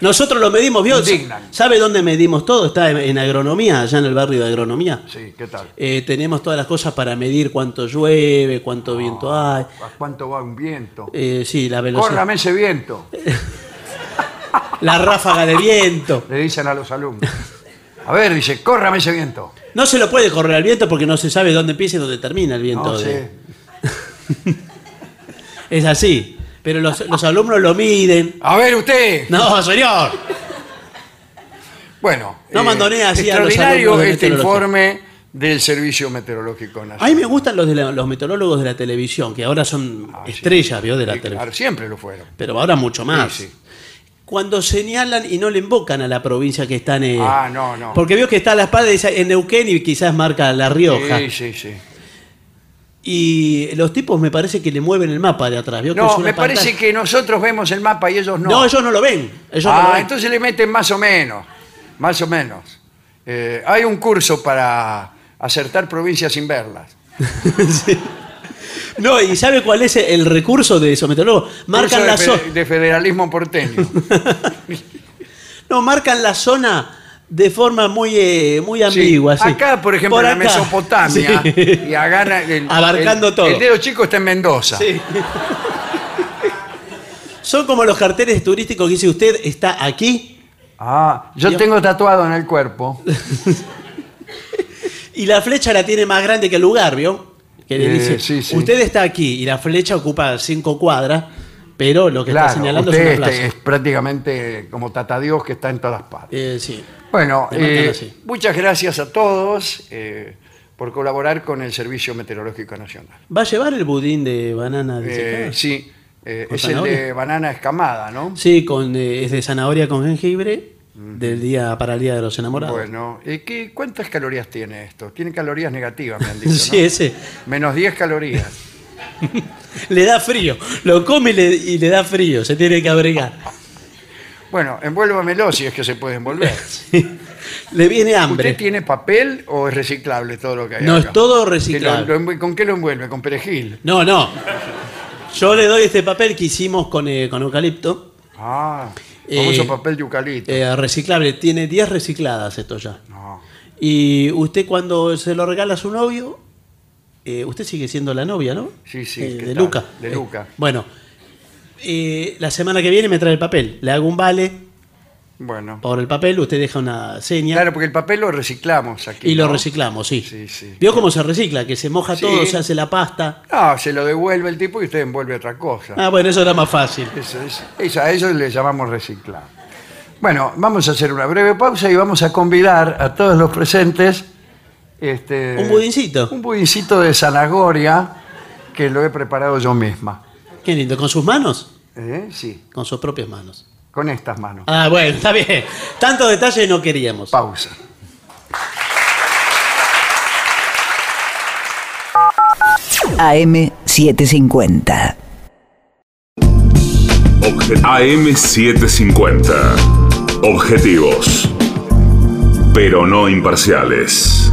Nosotros lo medimos, ¿vio?
Indignan.
¿Sabe dónde medimos todo? Está en, en agronomía, allá en el barrio de agronomía.
Sí, ¿qué tal?
Eh, tenemos todas las cosas para medir cuánto llueve,
Ah.
cuánto viento hay.
¿A cuánto va un viento?
Eh, sí, la velocidad.
Córrame ese viento,
La ráfaga de viento.
le dicen a los alumnos. A ver, dice, córrame ese viento.
No se lo puede correr al viento porque no se sabe dónde empieza y dónde termina el viento.
No
de-
sé.
Es así. Pero los, los alumnos lo miden.
A ver usted.
No, señor.
Bueno, eh,
No mandonea así a los
extraordinario
alumnos de
este
meteorología.
informe del Servicio Meteorológico
A mí
Nacional.
me gustan los, de la- los meteorólogos de la televisión, que ahora son
Ah, sí.
estrellas, ¿vio? De la
Sí, claro,
televisión.
siempre lo fueron.
Pero ahora mucho más.
Sí, sí.
Cuando señalan y no le invocan a la provincia que están en. eh,
Ah, no, no.
Porque vio que está a la espada y dice, en Neuquén y quizás marca La Rioja.
Sí, sí, sí.
Y los tipos me parece que le mueven el mapa de atrás. ¿vio? que es
No,
una
me parece
pantalla.
que nosotros vemos el mapa y ellos no.
No. ellos no lo ven. Ellos no lo
ah,
ven.
entonces le meten más o menos. Más o menos. eh, hay un curso para acertar provincias sin verlas.
Sí. No, ¿y sabe cuál es el recurso de someteólogo?
Curso
Marcan la
de, fe-
zona.
de federalismo porteño.
No, marcan la zona de forma muy, eh, muy
Sí.
ambigua. sí.
Acá, por ejemplo,
Por
en la
acá.
Mesopotamia,
Sí.
y agarra el,
Abarcando
el-
todo.
El dedo chico está en Mendoza.
Sí. Son como los carteles turísticos que dice usted está aquí
Ah, yo
Yo-
tengo tatuado en el cuerpo.
y la flecha la tiene más grande que el lugar, ¿vio? Que le
Eh,
dice,
sí, sí.
usted está aquí y la flecha ocupa cinco cuadras, pero lo que está
claro,
señalando
usted
es una
este,
plaza.
es prácticamente como Tatadios que está en todas partes.
Eh, sí.
Bueno,
Me matan
eh,
así.
muchas gracias a todos eh, por colaborar con el Servicio Meteorológico Nacional.
¿Va a llevar el budín de banana de
Eh, sí, eh,
¿Con
es el de
zanahoria?
banana escamada, ¿no?
Sí, con, eh, es de zanahoria con jengibre del día para el día de los enamorados.
Mm. Bueno, ¿y qué, ¿cuántas calorías tiene esto? Tiene calorías negativas, me han dicho. ¿no?
Sí, ese.
Menos 10 calorías.
Le da frío. Lo come y le, y le da frío. Se tiene que abrigar.
Bueno, envuélvamelo si es que se puede envolver.
Sí. Le viene
¿Usted
hambre.
tiene papel o es reciclable todo lo que hay?
No,
acá?
es todo
Que lo-
reciclable.
lo envuel- ¿Con qué lo envuelve? ¿Con perejil?
No, no. Yo le doy este papel que hicimos con, eh, con eucalipto.
Ah, famoso
Eh,
papel yucalito.
Eh, reciclable. Tiene 10 recicladas esto ya.
No.
Y usted cuando se lo regala a su novio, eh, usted sigue siendo la novia, ¿no?
Sí, sí,
Eh,
¿qué
de
tal?
Luca.
De
Eh,
Luca.
bueno, eh, la semana que viene me trae el papel. Le hago un vale
Bueno.
por el papel, usted deja una seña
Claro, porque el papel lo reciclamos aquí.
y lo
¿no?
reciclamos, sí.
Sí, sí.
¿Vio cómo se recicla? Que se moja
Sí.
todo, se hace la pasta.
No, se lo devuelve el tipo y usted envuelve otra cosa.
Ah, bueno, eso era más fácil.
Eso es- eso- a eso le llamamos reciclar. Bueno, vamos a hacer una breve pausa y vamos a convidar a todos los presentes este,
Un budincito.
Un budincito de zanahoria que lo he preparado yo misma.
Qué lindo, con sus manos,
¿Eh? Sí,
con sus propias manos.
con estas manos.
Ah, bueno, está bien. Tanto detalle no queríamos.
Pausa.
AM750.
Obje- AM750. Objetivos. Pero no imparciales.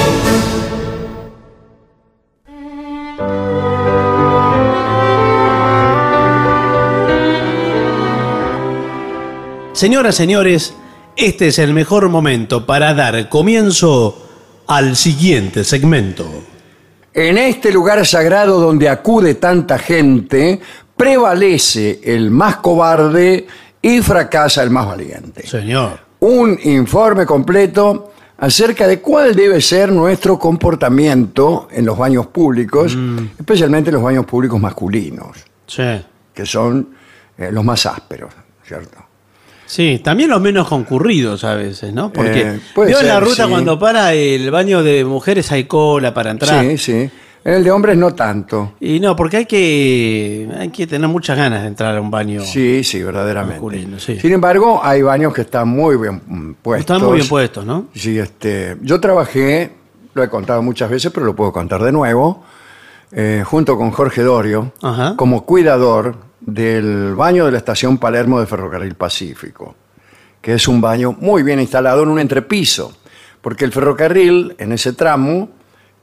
Señoras, señores, este es el mejor momento para dar comienzo al siguiente segmento.
En este lugar sagrado donde acude tanta gente, prevalece el más cobarde y fracasa el más valiente.
Señor.
un informe completo acerca de cuál debe ser nuestro comportamiento en los baños públicos,
Mm.
especialmente en los baños públicos masculinos,
Sí.
que son eh, los más ásperos, ¿cierto?
Sí, también los menos concurridos a veces, ¿no? Porque
Eh, puede
veo en la
ser,
ruta
sí.
cuando para el baño de mujeres hay cola para entrar.
Sí, sí. En el de hombres no tanto.
Y no, porque hay que hay que tener muchas ganas de entrar a un baño.
Sí, sí, verdaderamente.
Masculino, sí.
Sin embargo, hay baños que están muy bien mm, puestos.
Están muy bien puestos, ¿no?
Sí, este, yo trabajé, lo he contado muchas veces, pero lo puedo contar de nuevo, eh, junto con Jorge Dorio,
Ajá.
como cuidador del baño de la estación Palermo de Ferrocarril Pacífico, que es un baño muy bien instalado en un entrepiso, porque el ferrocarril en ese tramo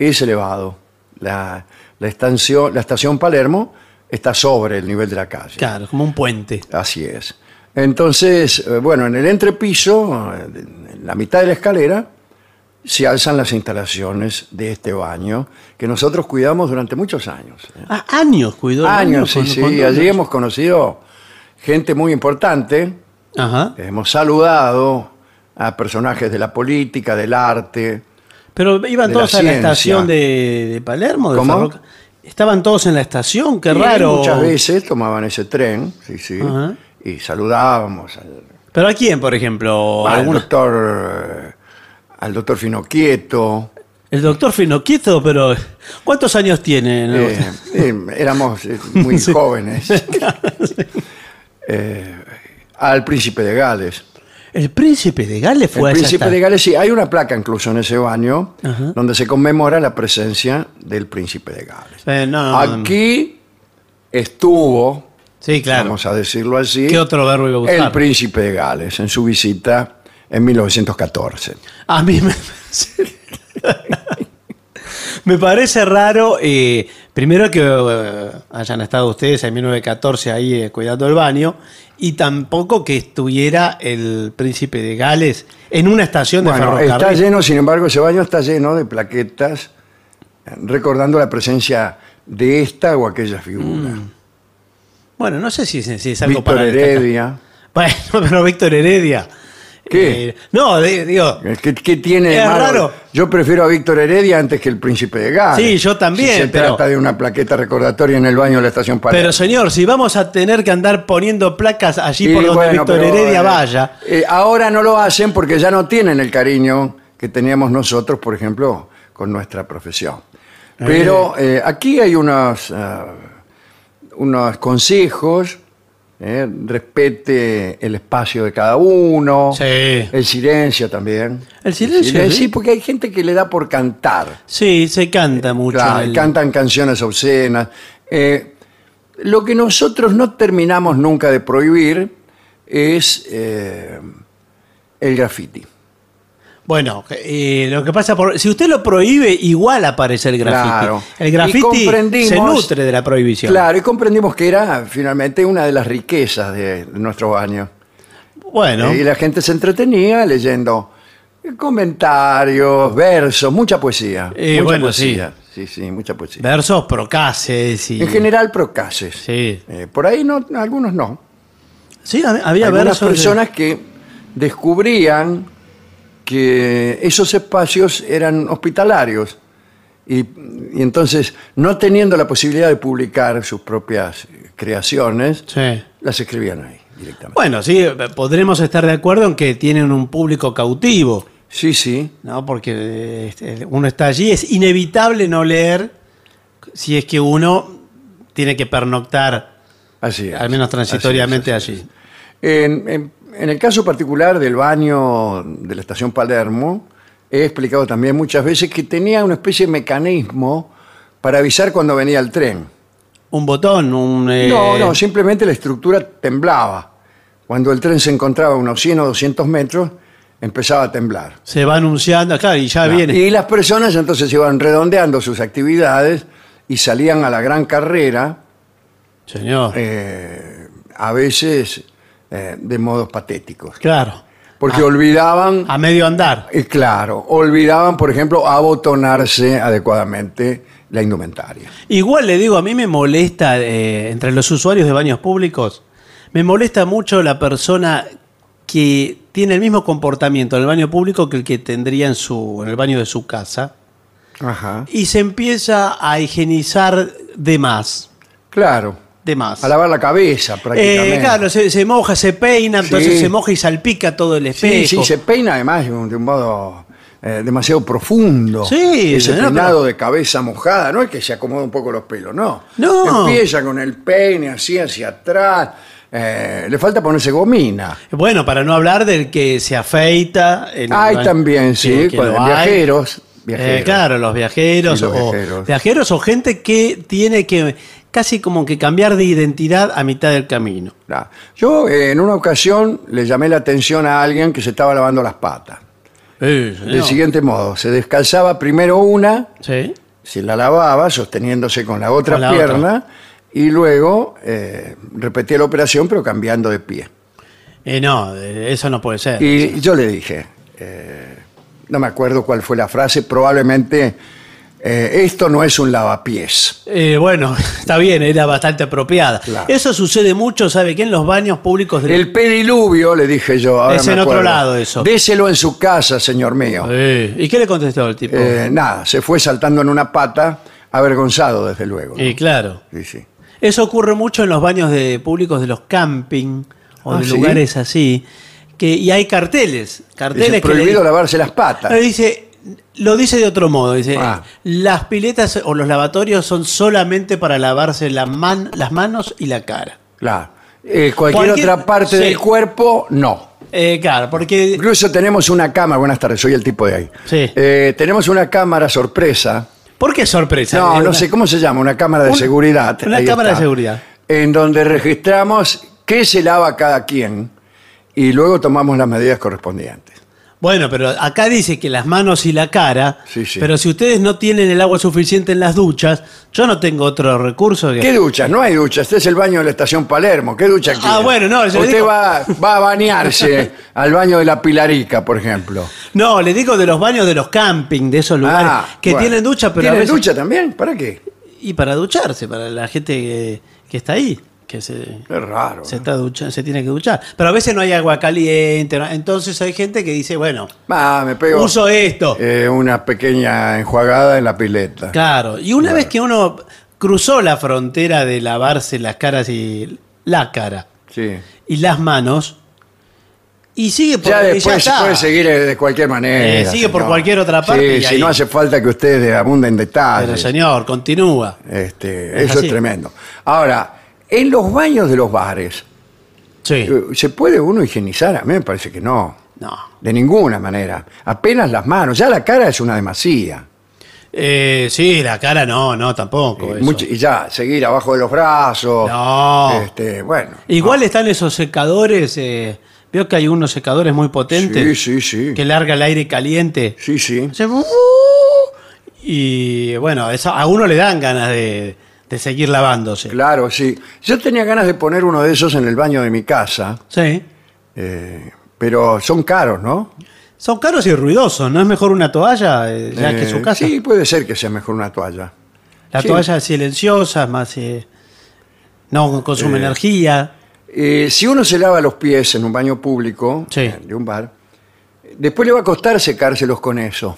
es elevado. La, la estación, la estación Palermo está sobre el nivel de la calle.
Claro, como un puente.
Así es. Entonces, eh, bueno, en el entrepiso, eh, en la mitad de la escalera, se alzan las instalaciones de este baño que nosotros cuidamos durante muchos años. ¿eh?
Ah, años cuidó. el baño
Años, sí,
cuando-
sí.
cuando-
Allí hemos conocido gente muy importante.
Ajá.
Hemos saludado a personajes de la política, del arte.
Pero iban
de
todos
la
a la
ciencia.
estación de, de Palermo. de
¿Cómo?
Ferroca- Estaban todos en la estación, qué
Y
raro.
Muchas veces tomaban ese tren, sí, sí.
Ajá.
Y saludábamos al,
¿Pero a quién, por ejemplo?
al
¿Alguna-
doctor, eh, al doctor Finoquieto.
El doctor Finoquito, pero ¿cuántos años tiene? no?
Eh, eh, éramos eh, muy jóvenes. Eh, al príncipe de Gales.
El príncipe de Gales fue
El
a esa
príncipe
esta-
de Gales, sí, hay una placa incluso en ese baño
Ajá.
donde se conmemora la presencia del príncipe de Gales.
Eh, no, no, no.
Aquí estuvo,
Sí, claro.
vamos a decirlo así,
¿Qué otro verbo iba a buscar?
el príncipe de Gales en su visita en 1914.
A mí me... me parece raro, eh, primero que eh, hayan estado ustedes en 1914 ahí eh, cuidando el baño, y tampoco que estuviera el príncipe de Gales en una estación de
Bueno, está
ferrocarril.
lleno, sin embargo, ese baño está lleno de plaquetas eh, recordando la presencia de esta o aquella figura.
Bueno, no sé si, es- si es algo
Víctor
Mm, para... destacar.
Heredia.
Bueno, pero Víctor Heredia.
¿Qué?
Eh, no, de- digo,
¿Qué, qué tiene de
Es
malo?
raro.
Yo prefiero a Víctor Heredia antes que el príncipe de Gales.
Sí, yo también,
Si se
pero-
trata de una plaqueta recordatoria en el baño de la estación Palermo.
pero señor, si vamos a tener que andar poniendo placas allí
Y
por donde
bueno,
Víctor
pero,
Heredia
eh,
vaya,
eh, ahora no lo hacen porque ya no tienen el cariño que teníamos nosotros, por ejemplo, con nuestra profesión. Pero eh, aquí hay unos, ah, unos consejos. eh, respete el espacio de cada uno.
Sí.
El silencio también.
El silencio, sí.
Sí, porque hay gente que le da por cantar.
sí, se canta mucho.
Claro,
en el-
cantan canciones obscenas. Eh, lo que nosotros no terminamos nunca de prohibir es eh, el graffiti.
Bueno, eh, lo que pasa por si usted lo prohíbe igual aparece el graffiti.
Claro.
El
Y
graffiti
comprendimos-
se nutre de la prohibición.
Claro, y comprendimos que era finalmente una de las riquezas de, de nuestro baño.
Bueno,
Eh, Y la gente se entretenía leyendo eh, comentarios, versos, mucha poesía.
Eh,
mucha
bueno,
poesía. Sí. sí, mucha poesía.
versos procaces y
En general, procaces.
Sí.
Eh, por ahí no, algunos no.
Sí, hab- había
algunas
versos de-
personas que descubrían que esos espacios eran hospitalarios y, y entonces no teniendo la posibilidad de publicar sus propias eh, creaciones
Sí.
las escribían ahí directamente
Bueno, sí, podremos estar de acuerdo en que tienen un público cautivo,
sí sí
¿no? Porque eh, este, uno está allí, es inevitable no leer si es que uno tiene que pernoctar
así es.
al menos
Así es,
transitoriamente
así es.
allí.
En, en- en el caso particular del baño de la estación Palermo, he explicado también muchas veces que tenía una especie de mecanismo para avisar cuando venía el tren.
Un botón, un eh,
No, no, simplemente la estructura temblaba. Cuando el tren se encontraba a unos 100 o 200 metros, empezaba a temblar.
se va anunciando, claro, y ya viene.
Y las personas entonces iban redondeando sus actividades y salían a la gran carrera,
Señor.
eh, a veces eh, de modos patéticos.
Claro. Ah.
Porque olvidaban,
A medio andar.
eh, claro, olvidaban, por ejemplo, abotonarse adecuadamente la indumentaria.
Igual le digo, a mí me molesta, eh, entre los usuarios de baños públicos, me molesta mucho la persona que tiene el mismo comportamiento en el baño público que el que tendría en, su, en el baño de su casa
Ajá.
y se empieza a higienizar de más.
Claro,
De más.
a lavar la cabeza prácticamente.
Eh, claro, se, se moja, se peina, entonces
Sí.
se moja y salpica todo el
Sí,
espejo.
sí, se peina además de un, de un modo eh, demasiado profundo.
Sí,
ese
no, no,
peinado
pero-
de cabeza mojada, no es que se acomoda un poco los pelos, no.
No.
Empieza con el peine así hacia atrás. eh, le falta ponerse gomina.
Bueno, para no hablar del que se afeita. en el
Hay
baño.
también, sí,
que
cuando-
lo hay.
viajeros, viajeros.
Eh, claro, los viajeros.
Sí, los
o,
viajeros.
viajeros o gente que tiene que casi como que cambiar de identidad a mitad del camino.
Nah. Yo eh, en una ocasión le llamé la atención a alguien que se estaba lavando las patas.
Eh,
Del siguiente modo, se descalzaba primero una,
Sí.
se la lavaba sosteniéndose con la otra
Con la
pierna y luego eh, repetía la operación pero cambiando de pie.
Eh, no, eh, eso no puede ser.
Y yo le dije, eh, no me acuerdo cuál fue la frase, probablemente eh, esto no es un lavapiés.
Eh, bueno, está bien, era bastante apropiada.
Claro.
Eso sucede mucho, ¿sabe qué? En los baños públicos de
El pediluvio, le dije yo. ahora
Es
me
en otro
acuerdo.
lado eso.
Déselo en su casa, señor mío.
Eh, ¿Y qué le contestó el tipo?
Eh, nada, se fue saltando en una pata, avergonzado desde luego. ¿no?
y claro.
Sí, sí.
Eso ocurre mucho en los baños de públicos de los camping o
Ah,
de
¿sí?
lugares así. Que, y hay carteles.
Dice,
Carteles que le-
prohibido lavarse las patas.
Eh, dice, lo dice de otro modo. Dice,
Ah.
las piletas o los lavatorios son solamente para lavarse la man- las manos y la cara.
Claro. Eh, cualquier,
Cualquier-
otra parte
sí.
del cuerpo, no.
Eh, claro, porque...
Incluso tenemos una cámara, buenas tardes, soy el tipo de ahí.
Sí.
Eh, tenemos una cámara sorpresa.
¿Por qué sorpresa?
No,
Eh,
no
una-
sé cómo se llama, una cámara de
Un-
seguridad.
una
ahí
cámara de seguridad.
En donde registramos qué se lava cada quien y luego tomamos las medidas correspondientes.
Bueno, pero acá dice que las manos y la cara,
Sí, sí.
pero si ustedes no tienen el agua suficiente en las duchas, yo no tengo otro recurso que...
¿Qué duchas? No hay duchas. Este es el baño de la estación Palermo. ¿Qué ducha aquí?
Ah, bueno, no, yo
Usted
digo-
va, va a bañarse al baño de la Pilarica, por ejemplo.
No, le digo de los baños de los camping, de esos lugares
Ah,
que
bueno.
tienen ducha, pero a
¿Tienen
veces-
ducha también? ¿Para qué?
Y para ducharse, para la gente que, que está ahí, que se...
Es raro.
Se, está ducha- se tiene que duchar. Pero a veces no hay agua caliente. ¿no? Entonces hay gente que dice, bueno,
Ah, me pego
uso esto.
eh, una pequeña enjuagada en la pileta.
Claro. Y una vez que uno cruzó la frontera de lavarse las caras y la cara
Sí.
y las manos, y sigue por
Ya
y
después se
está.
puede seguir eh, de cualquier manera.
Eh, sigue por cualquier otra parte
Sí,
y
si
ahí-
no hace falta que ustedes abunden
Pero
detalles.
señor, continúa.
Este,
Es
eso
así.
es tremendo. Ahora, en los baños de los bares,
Sí.
eh, ¿se puede uno higienizar? A mí me parece que no.
No.
De ninguna manera. Apenas las manos. Ya la cara es una demasía.
Eh, sí, la cara no, no, tampoco.
Eh,
eso.
mucho- y ya, seguir abajo de los brazos.
No.
Este, bueno.
Igual están esos secadores. eh, veo que hay unos secadores muy
Sí,
potentes
sí, sí.
que larga el aire caliente.
Sí, sí.
Hace bu- Y bueno, eso a uno le dan ganas de, de seguir lavándose.
Claro, sí. Yo tenía ganas de poner uno de esos en el baño de mi casa,
Sí.
eh, pero son caros, ¿no?
Son caros y ruidosos, ¿no es mejor una toalla eh, ya que
Eh,
su casa?
Sí, puede ser que sea mejor una toalla.
La
sí.
toalla es silenciosa, es más eh, no consume energía.
Eh, si uno se lava los pies en un baño público
Sí.
eh, de un bar, después le va a costar secárselos con eso.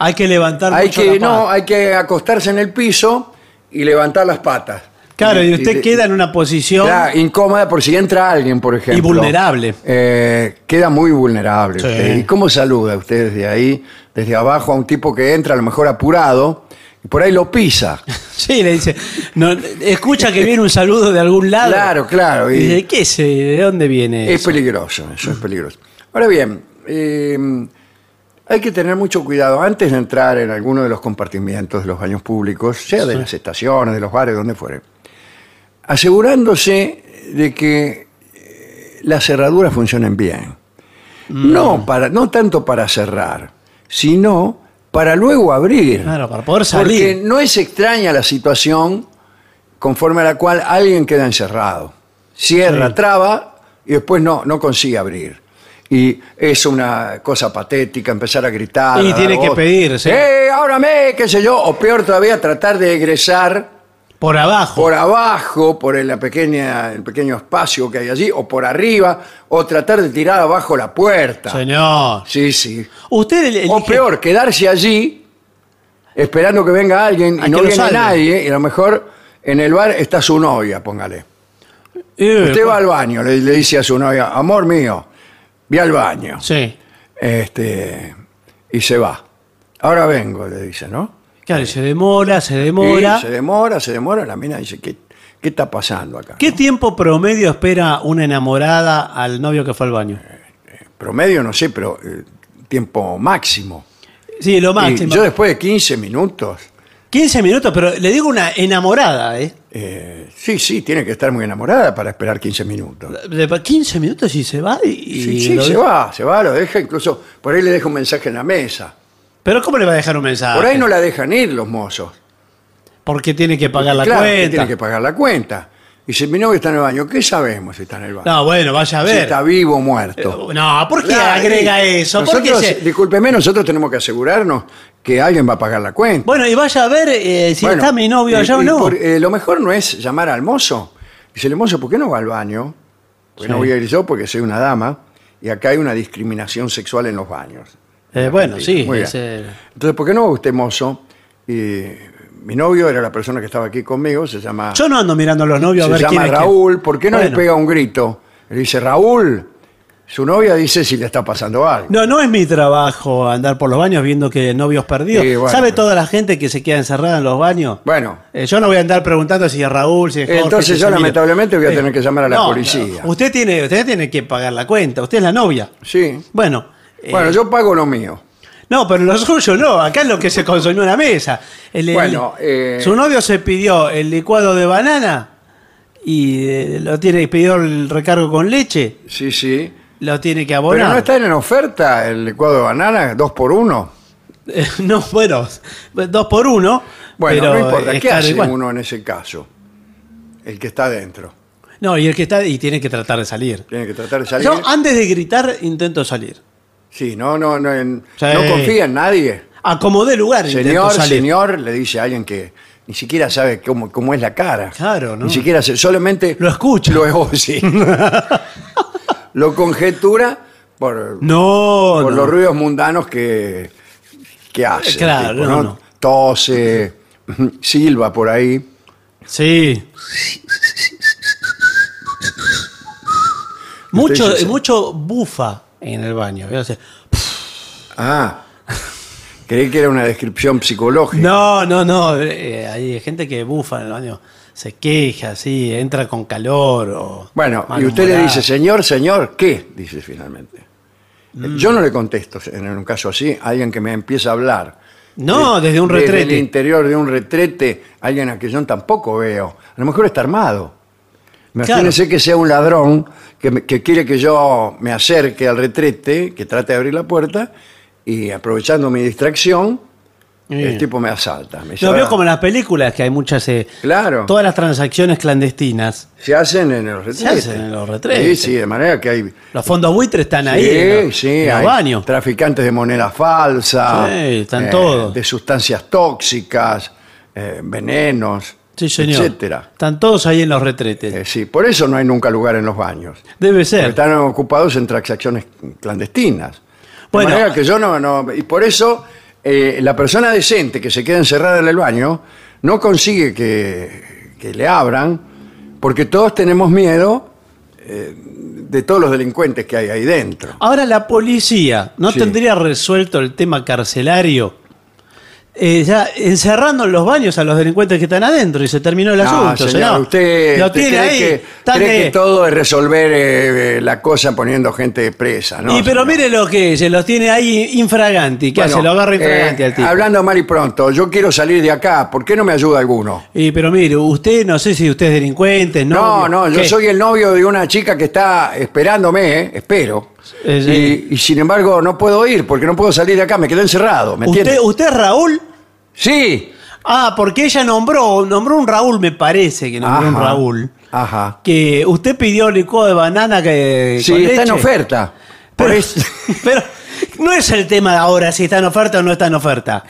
Hay que levantar
Hay
mucho
que,
la
no,
pata.
hay que acostarse en el piso y levantar las patas.
Claro, y usted
le-
queda en una posición.
Claro, incómoda por si entra alguien, por ejemplo.
Y vulnerable.
Eh, queda muy vulnerable
Sí.
usted. ¿Y cómo saluda usted desde ahí, desde abajo, a un tipo que entra a lo mejor apurado y por ahí lo pisa?
Sí, le dice. no, escucha que viene un saludo de algún lado.
Claro, claro.
Y
y
dice, ¿qué es? eh, ¿De dónde viene?
es
eso?
peligroso, eso es peligroso. Ahora bien, eh, hay que tener mucho cuidado antes de entrar en alguno de los compartimientos de los baños públicos, sea de las estaciones, de los bares, donde fuere, asegurándose de que eh, las cerraduras funcionen bien.
Mm.
No, para, no tanto para cerrar, sino para luego abrir.
Claro, para poder
Porque
salir.
no es extraña la situación conforme a la cual alguien queda encerrado. Cierra,
Sí.
traba y después no, no consigue abrir. Y es una cosa patética empezar a gritar.
Y
a
tiene
dar
que
voz.
pedir, sí.
¡Eh, ábrame! ¿Qué sé yo? O peor todavía, tratar de egresar
Por abajo.
por abajo, por la pequeña, el pequeño espacio que hay allí, o por arriba, o tratar de tirar abajo la puerta.
Señor.
Sí, sí.
Usted el- elige-
O peor, quedarse allí esperando que venga alguien
A
y no
que lo
viene
salven.
nadie, y a lo mejor en el bar está su novia, póngale.
Eh,
Usted va al baño, le, le dice a su novia, amor mío, vi al baño.
Sí.
Este, y se va. Ahora vengo, le dice, ¿no?
Claro, y se demora, se
Y
demora.
se demora, se demora, la mina dice, ¿qué, qué está pasando acá?
¿Qué
no?
tiempo promedio espera una enamorada al novio que fue al baño?
Promedio, no sé, pero eh, tiempo máximo.
Sí, lo
Y
máximo.
yo después de 15 minutos,
15 minutos, pero le digo una enamorada, ¿eh?
eh, sí, sí, tiene que estar muy enamorada para esperar 15 minutos.
De- 15 minutos y se va y. y
Sí, sí,
lo
se
deja.
va, se va, lo deja, incluso por ahí le deja un mensaje en la mesa.
Pero ¿cómo le va a dejar un mensaje?
Por ahí no la dejan ir los mozos.
Porque tiene que pagar la
Claro, que
cuenta.
tiene que pagar la cuenta. Dice, mi novio está en el baño. ¿Qué sabemos si está en el baño?
No, bueno, vaya a
Si
ver.
está vivo o muerto.
No, ¿por qué
Claro,
agrega
y
eso? ¿Por qué
Nosotros,
se-
Discúlpeme, nosotros tenemos que asegurarnos que alguien va a pagar la cuenta.
Bueno, y vaya a ver eh, si
Bueno,
está mi novio
eh,
allá o
y
no.
por- eh, lo mejor no es llamar al mozo. Dice el mozo, ¿por qué no va al baño? Porque no
Sí.
voy a ir yo porque soy una dama y acá hay una discriminación sexual en los baños.
Eh, bueno, sí.
Muy bien.
es, eh,
Entonces, ¿por qué no va usted mozo? Y mi novio era la persona que estaba aquí conmigo, se llama,
Yo no ando mirando a los novios a
se
ver quién
llama
es quién.
Raúl. ¿Por qué no le
Bueno.
pega un grito? Le dice, Raúl, su novia dice si le está pasando algo.
No, no es mi trabajo andar por los baños viendo que novios perdidos.
Sí, bueno,
¿Sabe
pero-
toda la gente que se queda encerrada en los baños?
Bueno,
Eh, yo no voy a andar preguntando si es Raúl, si es Jorge,
Entonces
si
yo,
es Emilio.
lamentablemente, voy a tener que llamar a la
no,
policía.
no. Usted tiene, usted tiene que pagar la cuenta. Usted es la novia.
sí.
Bueno. eh,
Bueno, yo pago lo mío.
No, pero lo suyo no. Acá es lo que se consumió en la mesa. El- el-
Bueno, eh,
su novio se pidió el licuado de banana y eh, lo tiene pidió el recargo con leche.
Sí, sí.
Lo tiene que
Pero
abonar.
no está en oferta el licuado de banana, dos por uno.
Eh, no, bueno, dos por uno.
Bueno,
pero
no importa.
es
¿Qué
caro
hace
igual.
uno en ese caso? El que está dentro.
No, y el que está y tiene que tratar de salir.
Tiene que tratar de salir.
Yo antes de gritar intento salir.
sí, no, no, no, en-
Sí.
no confía en nadie.
Acomodé lugar intento
Señor,
salir.
señor, le dice a alguien que ni siquiera sabe cómo, cómo es la cara.
Claro, ¿no?
Ni siquiera se- solamente...
Lo escucha.
Lo, sí. lo conjetura por,
No,
por
no.
los ruidos mundanos que, que hace. el
Claro,
tipo,
no, no.
Tose, silba por ahí.
Sí. mucho,
Ustedes-
mucho bufa en el baño. ¿eh? O sea,
Ah, creí que era una descripción psicológica.
No, no, no. eh, hay gente que bufa en el baño. Se queja, sí, entra con calor. O
Bueno, y usted le dice, señor, señor, ¿qué? Dice finalmente.
Mm.
Yo no le contesto en un caso así a alguien que me empieza a hablar.
No, desde un
Desde el
retrete.
interior de un retrete, alguien a que yo tampoco veo. A lo mejor está armado.
Claro.
Imagínese que sea un ladrón que, me- que quiere que yo me acerque al retrete, que trate de abrir la puerta, y aprovechando mi distracción,
Bien.
el tipo me asalta. Me
No
lleva-
veo como en las películas que hay muchas. eh,
Claro.
Todas las transacciones clandestinas.
Se hacen en los retretes.
hacen en los retretes.
Sí, sí, de manera que hay.
Los fondos buitres están ahí.
sí,
en los-
sí,
en los
hay
baños.
Traficantes de moneda falsa. eh,
Sí, están todos.
De sustancias tóxicas, eh, venenos,
Sí, señor.
etcétera.
Están todos ahí en los retretes.
Eh, sí, por eso no hay nunca lugar en los baños.
Debe
Porque
ser.
Están ocupados en transacciones clandestinas.
Bueno.
de manera que yo no, no- Y por eso eh, la persona decente que se queda encerrada en el baño no consigue que, que le abran, porque todos tenemos miedo eh, de todos los delincuentes que hay ahí dentro.
Ahora la policía no
Sí.
tendría resuelto el tema carcelario. eh, ya encerrando en los baños a los delincuentes que están adentro y se terminó el
No,
asunto.
señor,
señor.
Ah, usted
lo
usted
tiene
cree
ahí.
que,
está
cree
que-
que todo es resolver eh, la cosa poniendo gente presa, ¿no?
y pero
señor?
mire lo que es, se los tiene ahí infraganti. ¿Qué
Bueno,
hace? Lo agarra infraganti
eh,
al tipo.
Hablando mal y pronto, yo quiero salir de acá, ¿por qué no me ayuda alguno?
Y pero mire, usted no sé si usted es delincuente,
No,
no.
no, yo
¿Qué?
soy el novio de una chica que está esperándome, eh, espero.
Eh, sí.
Y, y sin embargo no puedo ir porque no puedo salir de acá, me quedé encerrado, ¿me
¿Usted,
entiendes?
¿Usted es Raúl?
Sí.
Ah, porque ella nombró, nombró un Raúl, me parece que nombró un
Ajá,
Raúl.
Ajá.
Que usted pidió licuado de banana que.
Sí,
con
está en
leche.
oferta. Por
Pero,
eso-
pero no es el tema de ahora si está en oferta o no está en oferta.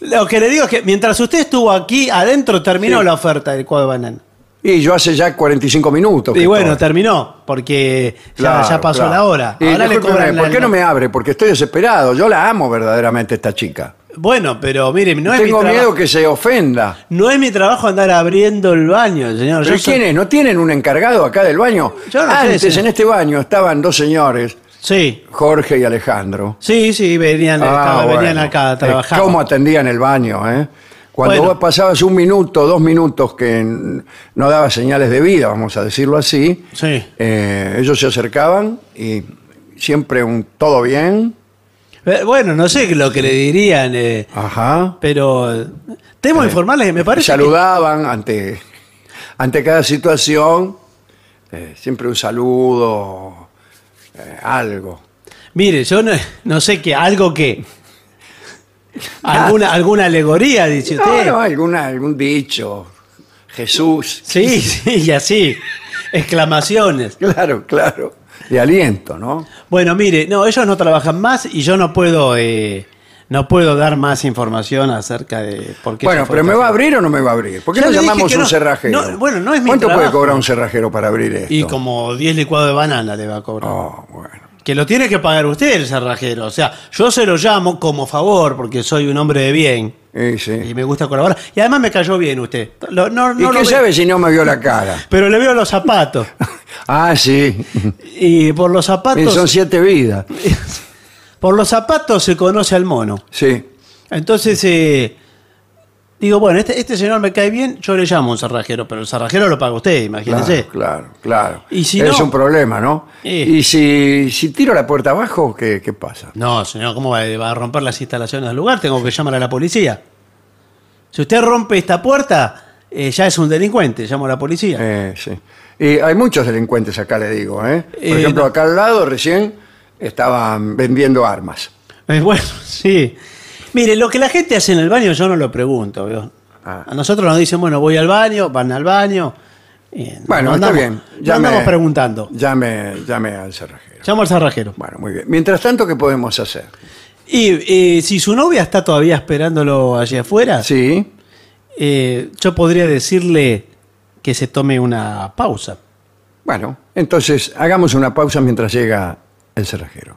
Lo que le digo es que mientras usted estuvo aquí adentro, terminó la oferta del cuadro de banana.
Y yo hace ya 45 minutos. que
Y bueno,
estoy.
terminó, porque ya-
Claro,
ya, pasó
claro.
la hora.
Y
Ahora le
discúlpeme,
cobran la-
¿Por qué no me abre? Porque estoy desesperado. Yo la amo verdaderamente esta chica.
Bueno, pero mire, no es, mi
Tengo
trabajo-
miedo que se ofenda.
no es mi trabajo andar abriendo el baño, señor.
¿Pero
Yo soy-
quiénes? ¿No tienen un encargado acá del baño?
Yo no sé,
Antes,
sí.
en este baño, estaban dos señores,
Sí,
Jorge y Alejandro.
sí, sí, venían,
Ah,
estaba- venían
bueno.
acá a
Eh,
trabajar.
¿Cómo atendían el baño, eh? Cuando
Bueno.
vos pasabas un minuto, dos minutos que n- no daba señales de vida, vamos a decirlo así,
Sí.
eh, ellos se acercaban y siempre un todo bien,
Eh, Bueno, no sé lo que le dirían, eh,
ajá,
pero eh, temo informarles que me parece que-
saludaban ante, ante cada situación, eh, siempre un saludo, eh, algo.
Mire, yo no, no sé qué, algo que. ¿Alguna, alguna alegoría, dice
No,
usted?
no, alguna, algún dicho Jesús.
Sí, sí, y así. Exclamaciones.
Claro, claro. De aliento, ¿no?
Bueno, mire, no, ellos no trabajan más y yo no puedo, eh, no puedo dar más información acerca de por qué.
Bueno,
se fue
pero ¿me va a
esta-
abrir o no me va a abrir? ¿Por qué
Ya
no
le dije
llamamos
que
un
no.
cerrajero?
No, bueno, no es mi
¿Cuánto puede
trabajo.
cobrar un cerrajero para abrir esto?
Y como 10 licuados de banana le va a cobrar.
Oh, bueno.
Que lo tiene que pagar usted el cerrajero. O sea, yo se lo llamo como favor porque soy un hombre de bien
Eh, sí.
y me gusta colaborar. Y además me cayó bien usted. Lo- no,
¿Y
no lo
qué
ve-
sabe si no me vio la cara?
Pero le veo los zapatos.
Ah, sí.
Y por los
Eh, Son
zapatos,
siete vidas.
por los zapatos se conoce al mono.
Sí.
Entonces, eh, digo, bueno, este, este señor me cae bien, yo le llamo a un cerrajero, pero el cerrajero lo paga
Claro,
usted, imagínese.
claro, claro.
Y si
es
no-
un problema, ¿no?
Eh.
Y si, si tiro la puerta abajo, ¿qué, qué pasa?
No, señor, ¿cómo va, va a romper las instalaciones del lugar? Tengo que llamar a la policía. Si usted rompe esta puerta, eh, ya es un delincuente, llamo a la policía.
Eh, sí. Y hay muchos delincuentes acá, le digo. ¿eh? Por
Eh,
ejemplo,
no.
acá al lado recién estaban vendiendo armas.
Eh, bueno, sí. Mire, lo que la gente hace en el baño yo no lo pregunto. ¿vio?
Ah.
A nosotros nos dicen, bueno, voy al baño, van al baño. eh, no
Bueno,
andamos-
está bien.
no andamos preguntando.
Llame, llame al cerrajero.
Llamo al cerrajero.
Bueno, muy bien. Mientras tanto, ¿qué podemos hacer?
Y eh, si su novia está todavía esperándolo allá afuera,
Sí.
eh, yo podría decirle que se tome una pausa.
Bueno, entonces hagamos una pausa mientras llega el cerrajero.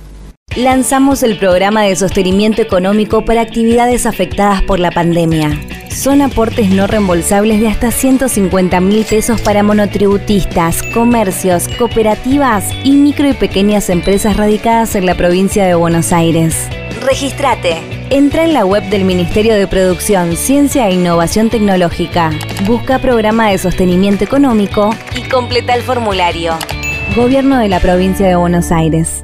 Lanzamos el programa de sostenimiento económico para actividades afectadas por la pandemia. Son aportes no reembolsables de hasta 150 mil pesos para monotributistas, comercios, cooperativas y micro y pequeñas empresas radicadas en la provincia de Buenos Aires. Regístrate. Entra en la web del Ministerio de Producción, Ciencia e Innovación Tecnológica. Busca programa de sostenimiento económico y completa el formulario. Gobierno de la provincia de Buenos Aires.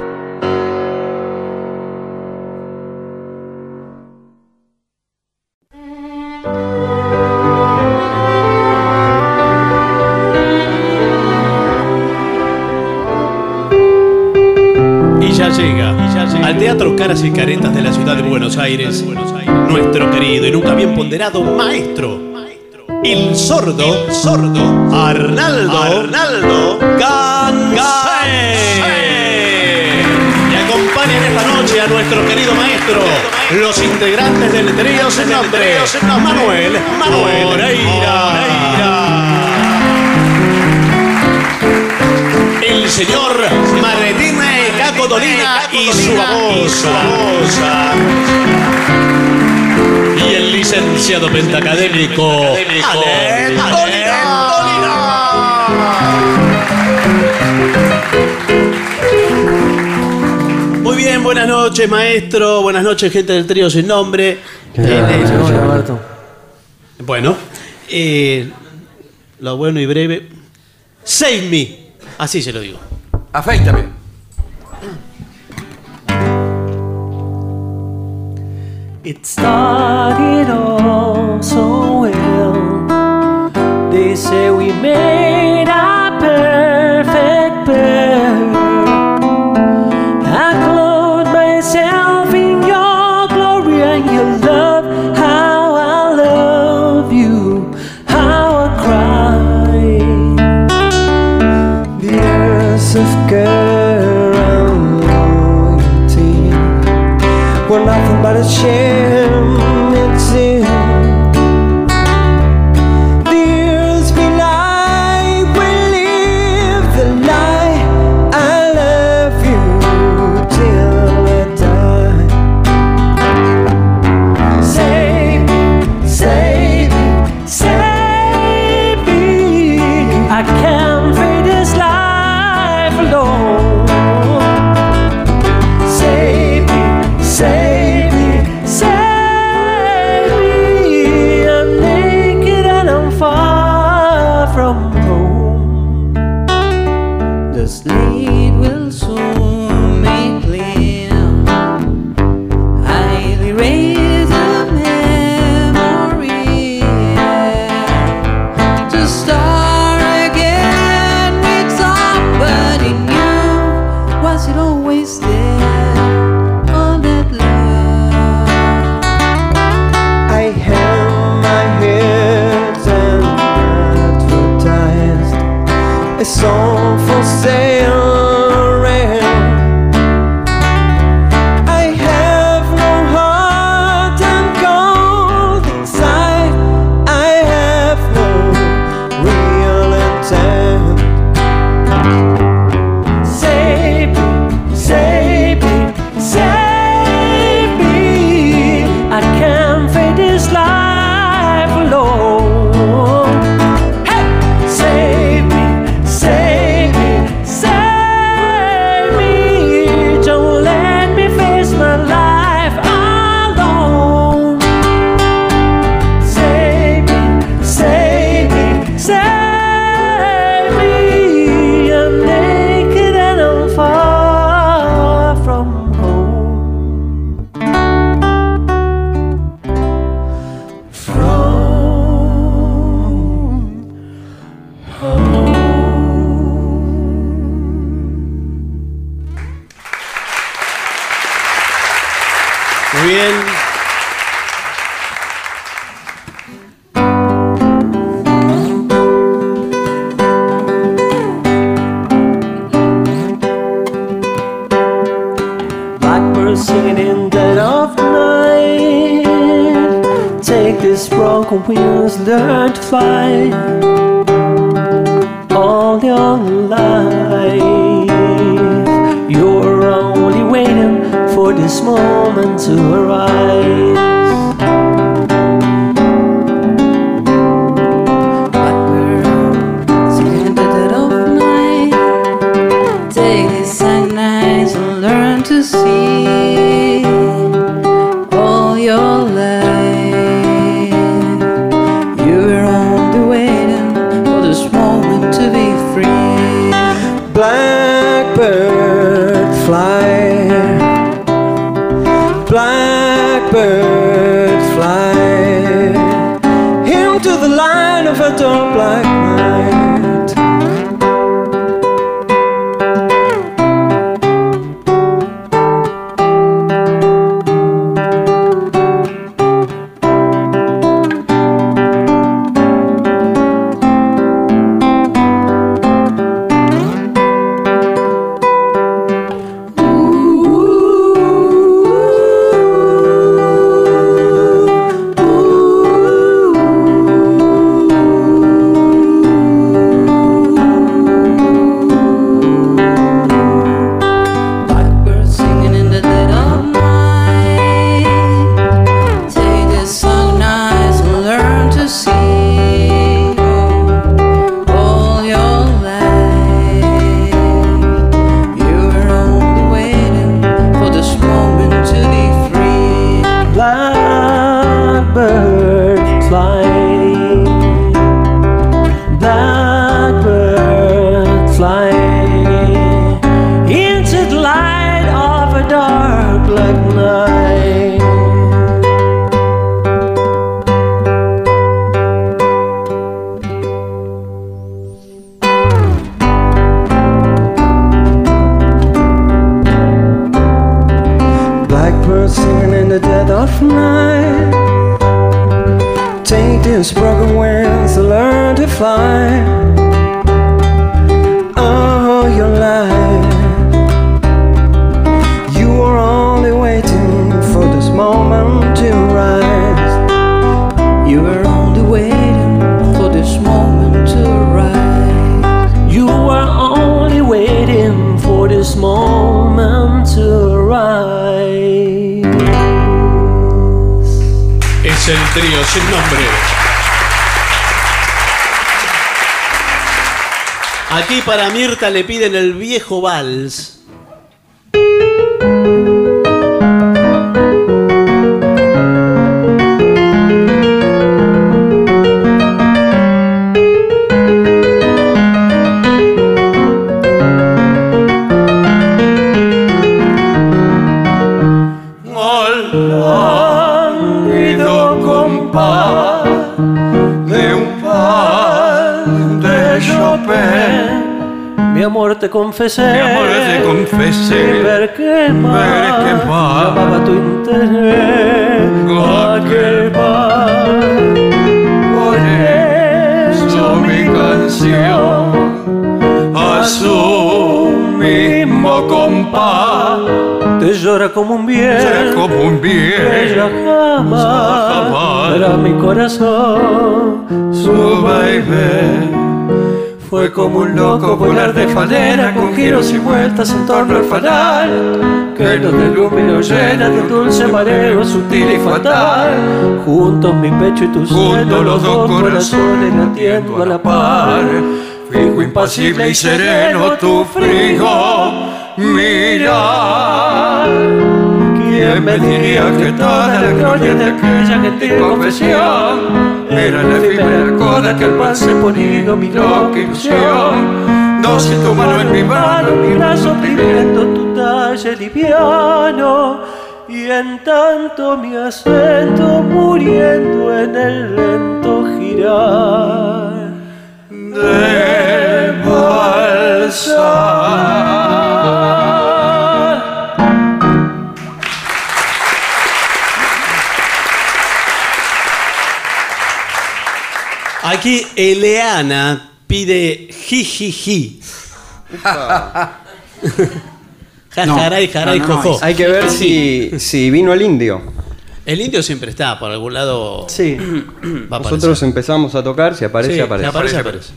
Y ya llega, al Teatro Caras y Caretas de la Ciudad de Buenos Aires, nuestro querido y nunca bien ponderado maestro, el sordo, sordo, Arnaldo, Arnaldo Gansay. Y acompañan esta noche a nuestro querido maestro, los integrantes del trío sin nombre, Manuel, Manuel Moreira. El señor Martín Cacotolina y su babosa. Y el licenciado pentacadémico Ale Dolina. Muy bien, buenas noches, maestro. Buenas noches, gente del trío sin nombre. Eh, eh, Bueno, eh, lo bueno y breve. Save me. Así se lo digo.
Afeítame.
It started all so well. They say we made a perfect pair. I clothed myself in your glory and your love. How I love you, how I cry. The years of care and loyalty were nothing but a sham, it seemed. It's all for sale. I have no heart and gold inside. I have no real intent. Save me, save me, save me. I can't fade this life alone. Hey, save me, save me, save me. Don't let me face my life alone. Save me, save me, save me. I'm naked and I'm far from home.
Muy bien.
Blackbird singing in dead of night. Take these broken wings, learn to fly all your life. You're only waiting for this moment to arise. Blackbird singing in the dead of night. Take these signals and learn to see all your life. You're only waiting for this moment to be free. Blackbird, fly. Blackbird, fly. Into the line of a dark black night. Blackbird singing in the dead of night. Take this song nice and learn to sing all your life. You're only waiting for this moment to be free. Blackbird fly. Blackbird fly into the light of a dark black night. Blackbird singing in the dead of night. Take these broken wings and learn to fly. All Oh, your life. You are only waiting for this moment to rise. You are only waiting for this moment to rise. You are only waiting for this moment to rise.
Es el trío sin nombre. Aquí para Mirta le piden el viejo vals.
Lánguido compás de un par de Chopin. Mi amor, te confesé.
Mi amor, te confesé.
Sin ver qué más.
qué más.
Llamaba tu interés. Aquel bar. Por eso mi canción llora como un bien.
Llora como un bien.
Ella jamás,
jamás.
verá mi corazón, su baile. Fue como un loco volar de fanera con giros y vueltas en torno al fanal que nos iluminó llena de dulce mareo sutil y fatal. Juntos mi pecho y tu suelo, los dos corazones latiendo a la par. Fijo, impasible y sereno tu frío mirar. ¿Quién me diría que toda la gloria de aquella gentil confesión era la efímera coda que al pan se ponía mi loca ilusión? Dos en tu mano en mi mano, mi brazo pidiendo tu talle liviano y en tanto mi acento muriendo en el lento girar de balsar.
Aquí Eleana pide jijiji.
No,
Jajaray, jaray,
no, no,
jojo.
Hay que ver si, si vino el indio.
El indio siempre está, por algún lado.
Sí.
Va a
Nosotros
aparecer.
empezamos a tocar, si aparece,
Sí, si
aparece.
aparece, aparece.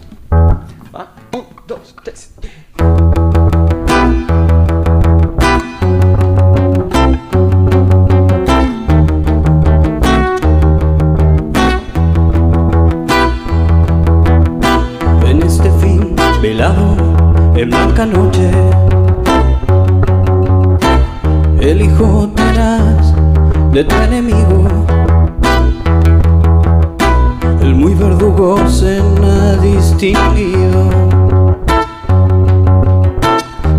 en este fin velado en blanca noche. El hijo tenaz de tu enemigo, el muy verdugo cena distinguido.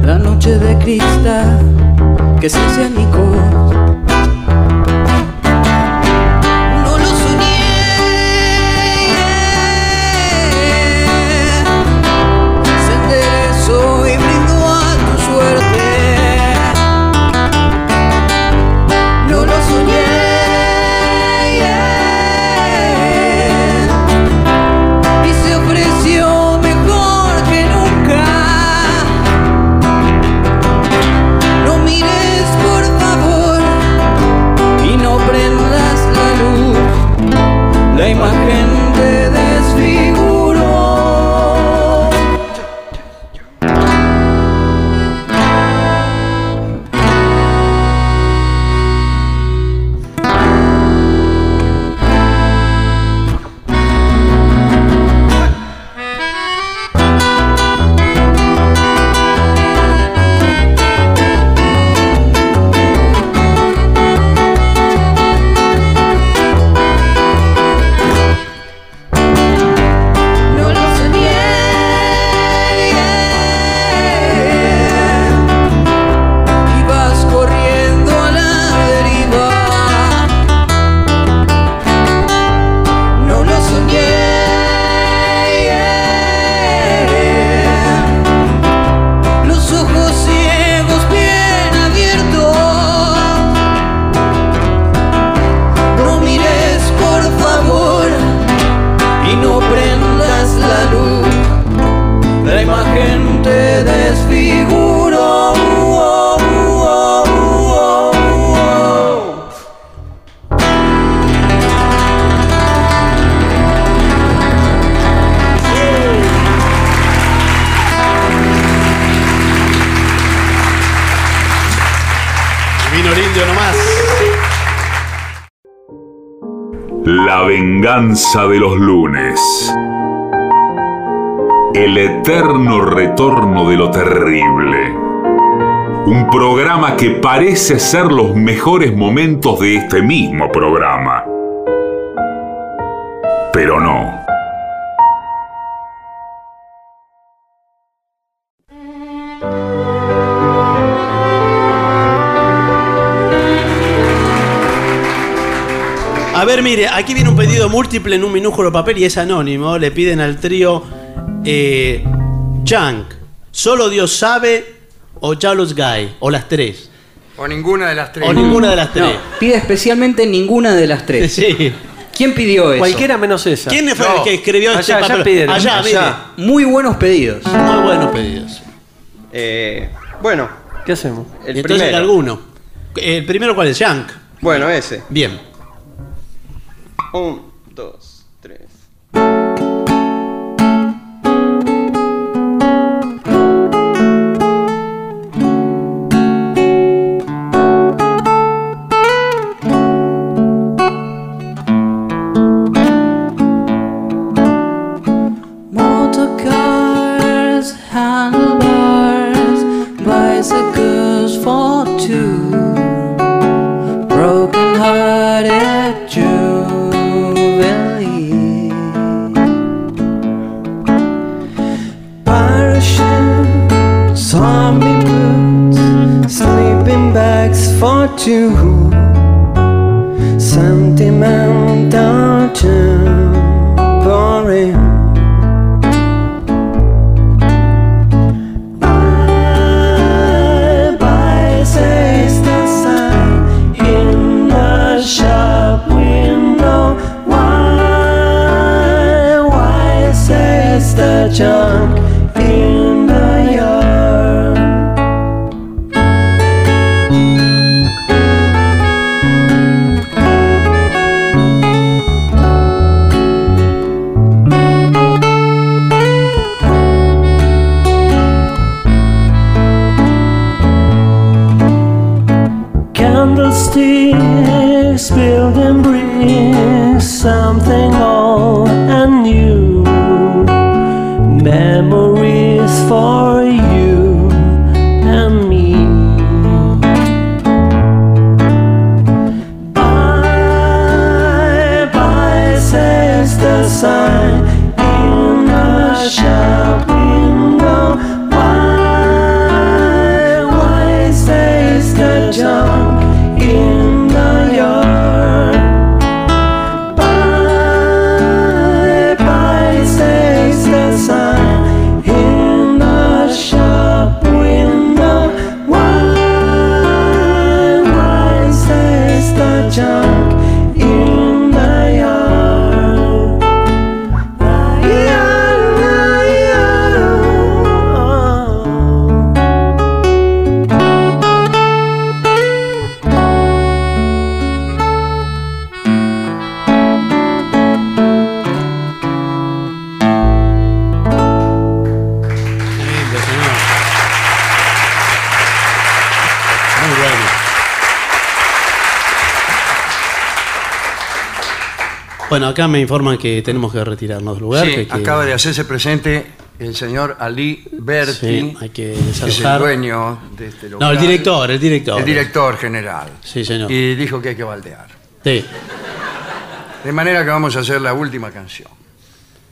La noche de cristal que se hace añicos. No los Se enderezó y brindó a tu suerte. No lo soñé. Y se ofreció mejor que nunca. No mires, por favor, y no prendas la luz. La imagen te desfiguró. No lo soñé. Ibas corriendo a la deriva. No lo soñé. Los ojos ciegos bien abiertos. No mires, por favor y no prendas la luz. La imagen te desfiguró. Uh, uh, uh, uh, uh.
Vino el indio nomás.
La venganza de los lunes. El eterno retorno de lo terrible. Un programa que parece ser los mejores momentos de este mismo programa. Pero no.
A ver, mire, aquí viene un pedido múltiple en un minúsculo papel y es anónimo. Le piden al trío eh, Junk, Solo Dios Sabe o Jalos Guy, o las tres.
O ninguna de las tres.
O ninguna de las tres.
Pide especialmente ninguna de las tres. ¿Quién pidió eso?
Cualquiera menos esa.
¿Quién fue el que escribió
allá,
este
allá
papel?
pidieron,
Allá,
allá. Muy buenos pedidos.
Muy buenos pedidos.
Eh, bueno,
¿Qué hacemos?
El
Entonces
primero.
alguno. El primero, ¿cuál es? Yank.
Bueno, ese.
Bien.
Un, dos, tres.
Motor cars, handlebars, bicycles for two. Broken hearted jubilee. Parachute, zombie boots, sleeping bags for two. Sentimental tambourine. Junk in the yard. Candlesticks, building brings something old and new. Memories for you and me. Bye bye, says the sign in the shop window. Why, why, says the junk in the yard. Bye, bye, says the sign in the shop window. Why, why, says the junk in the yard.
Lindo, señor. Muy bueno. Bueno, acá me informan que tenemos que retirarnos del lugar. que hay que-
Acaba de hacerse presente el señor Ali Berti,
Sí, hay
que
que
es el
desalojar.
dueño de este
No,
local.
el director, el director.
El director general.
Sí, señor.
Y dijo que hay que baldear.
Sí.
De manera que vamos a hacer la última canción.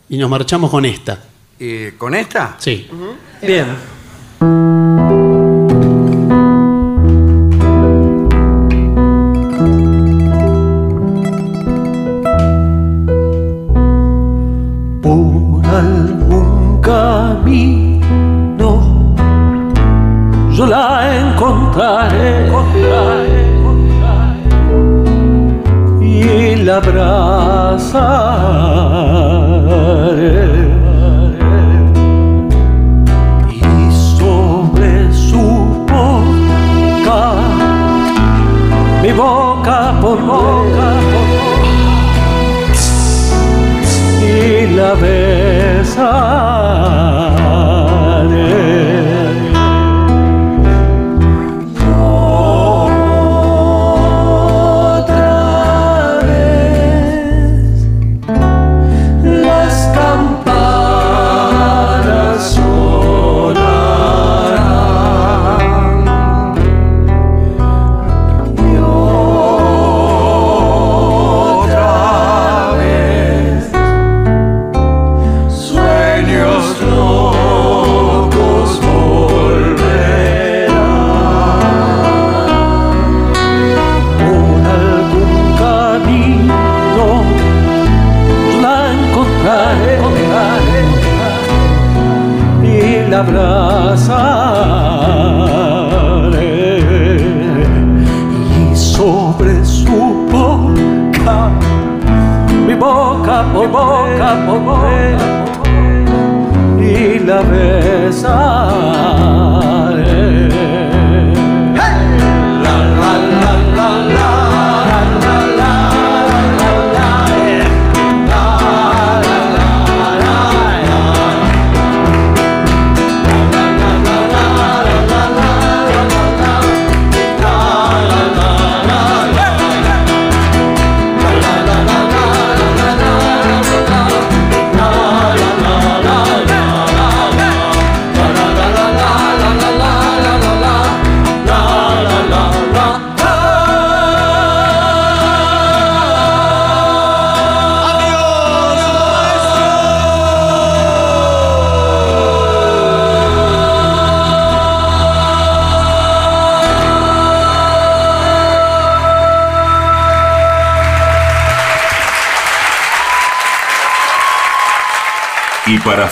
Y nos marchamos con esta.
¿Y ¿Con esta?
Sí.
Bien.
por algún camino yo la encontraré y la abrazaré y sobre su boca mi boca por boca y la besaré. Otra vez las campanas sonarán y otra vez sueños locos volverán por algún camino yo la encontraré, y la abrazaré y sobre su boca mi boca, mi boca, mi boca y la besaré. La, la, la.
para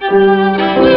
Thank you.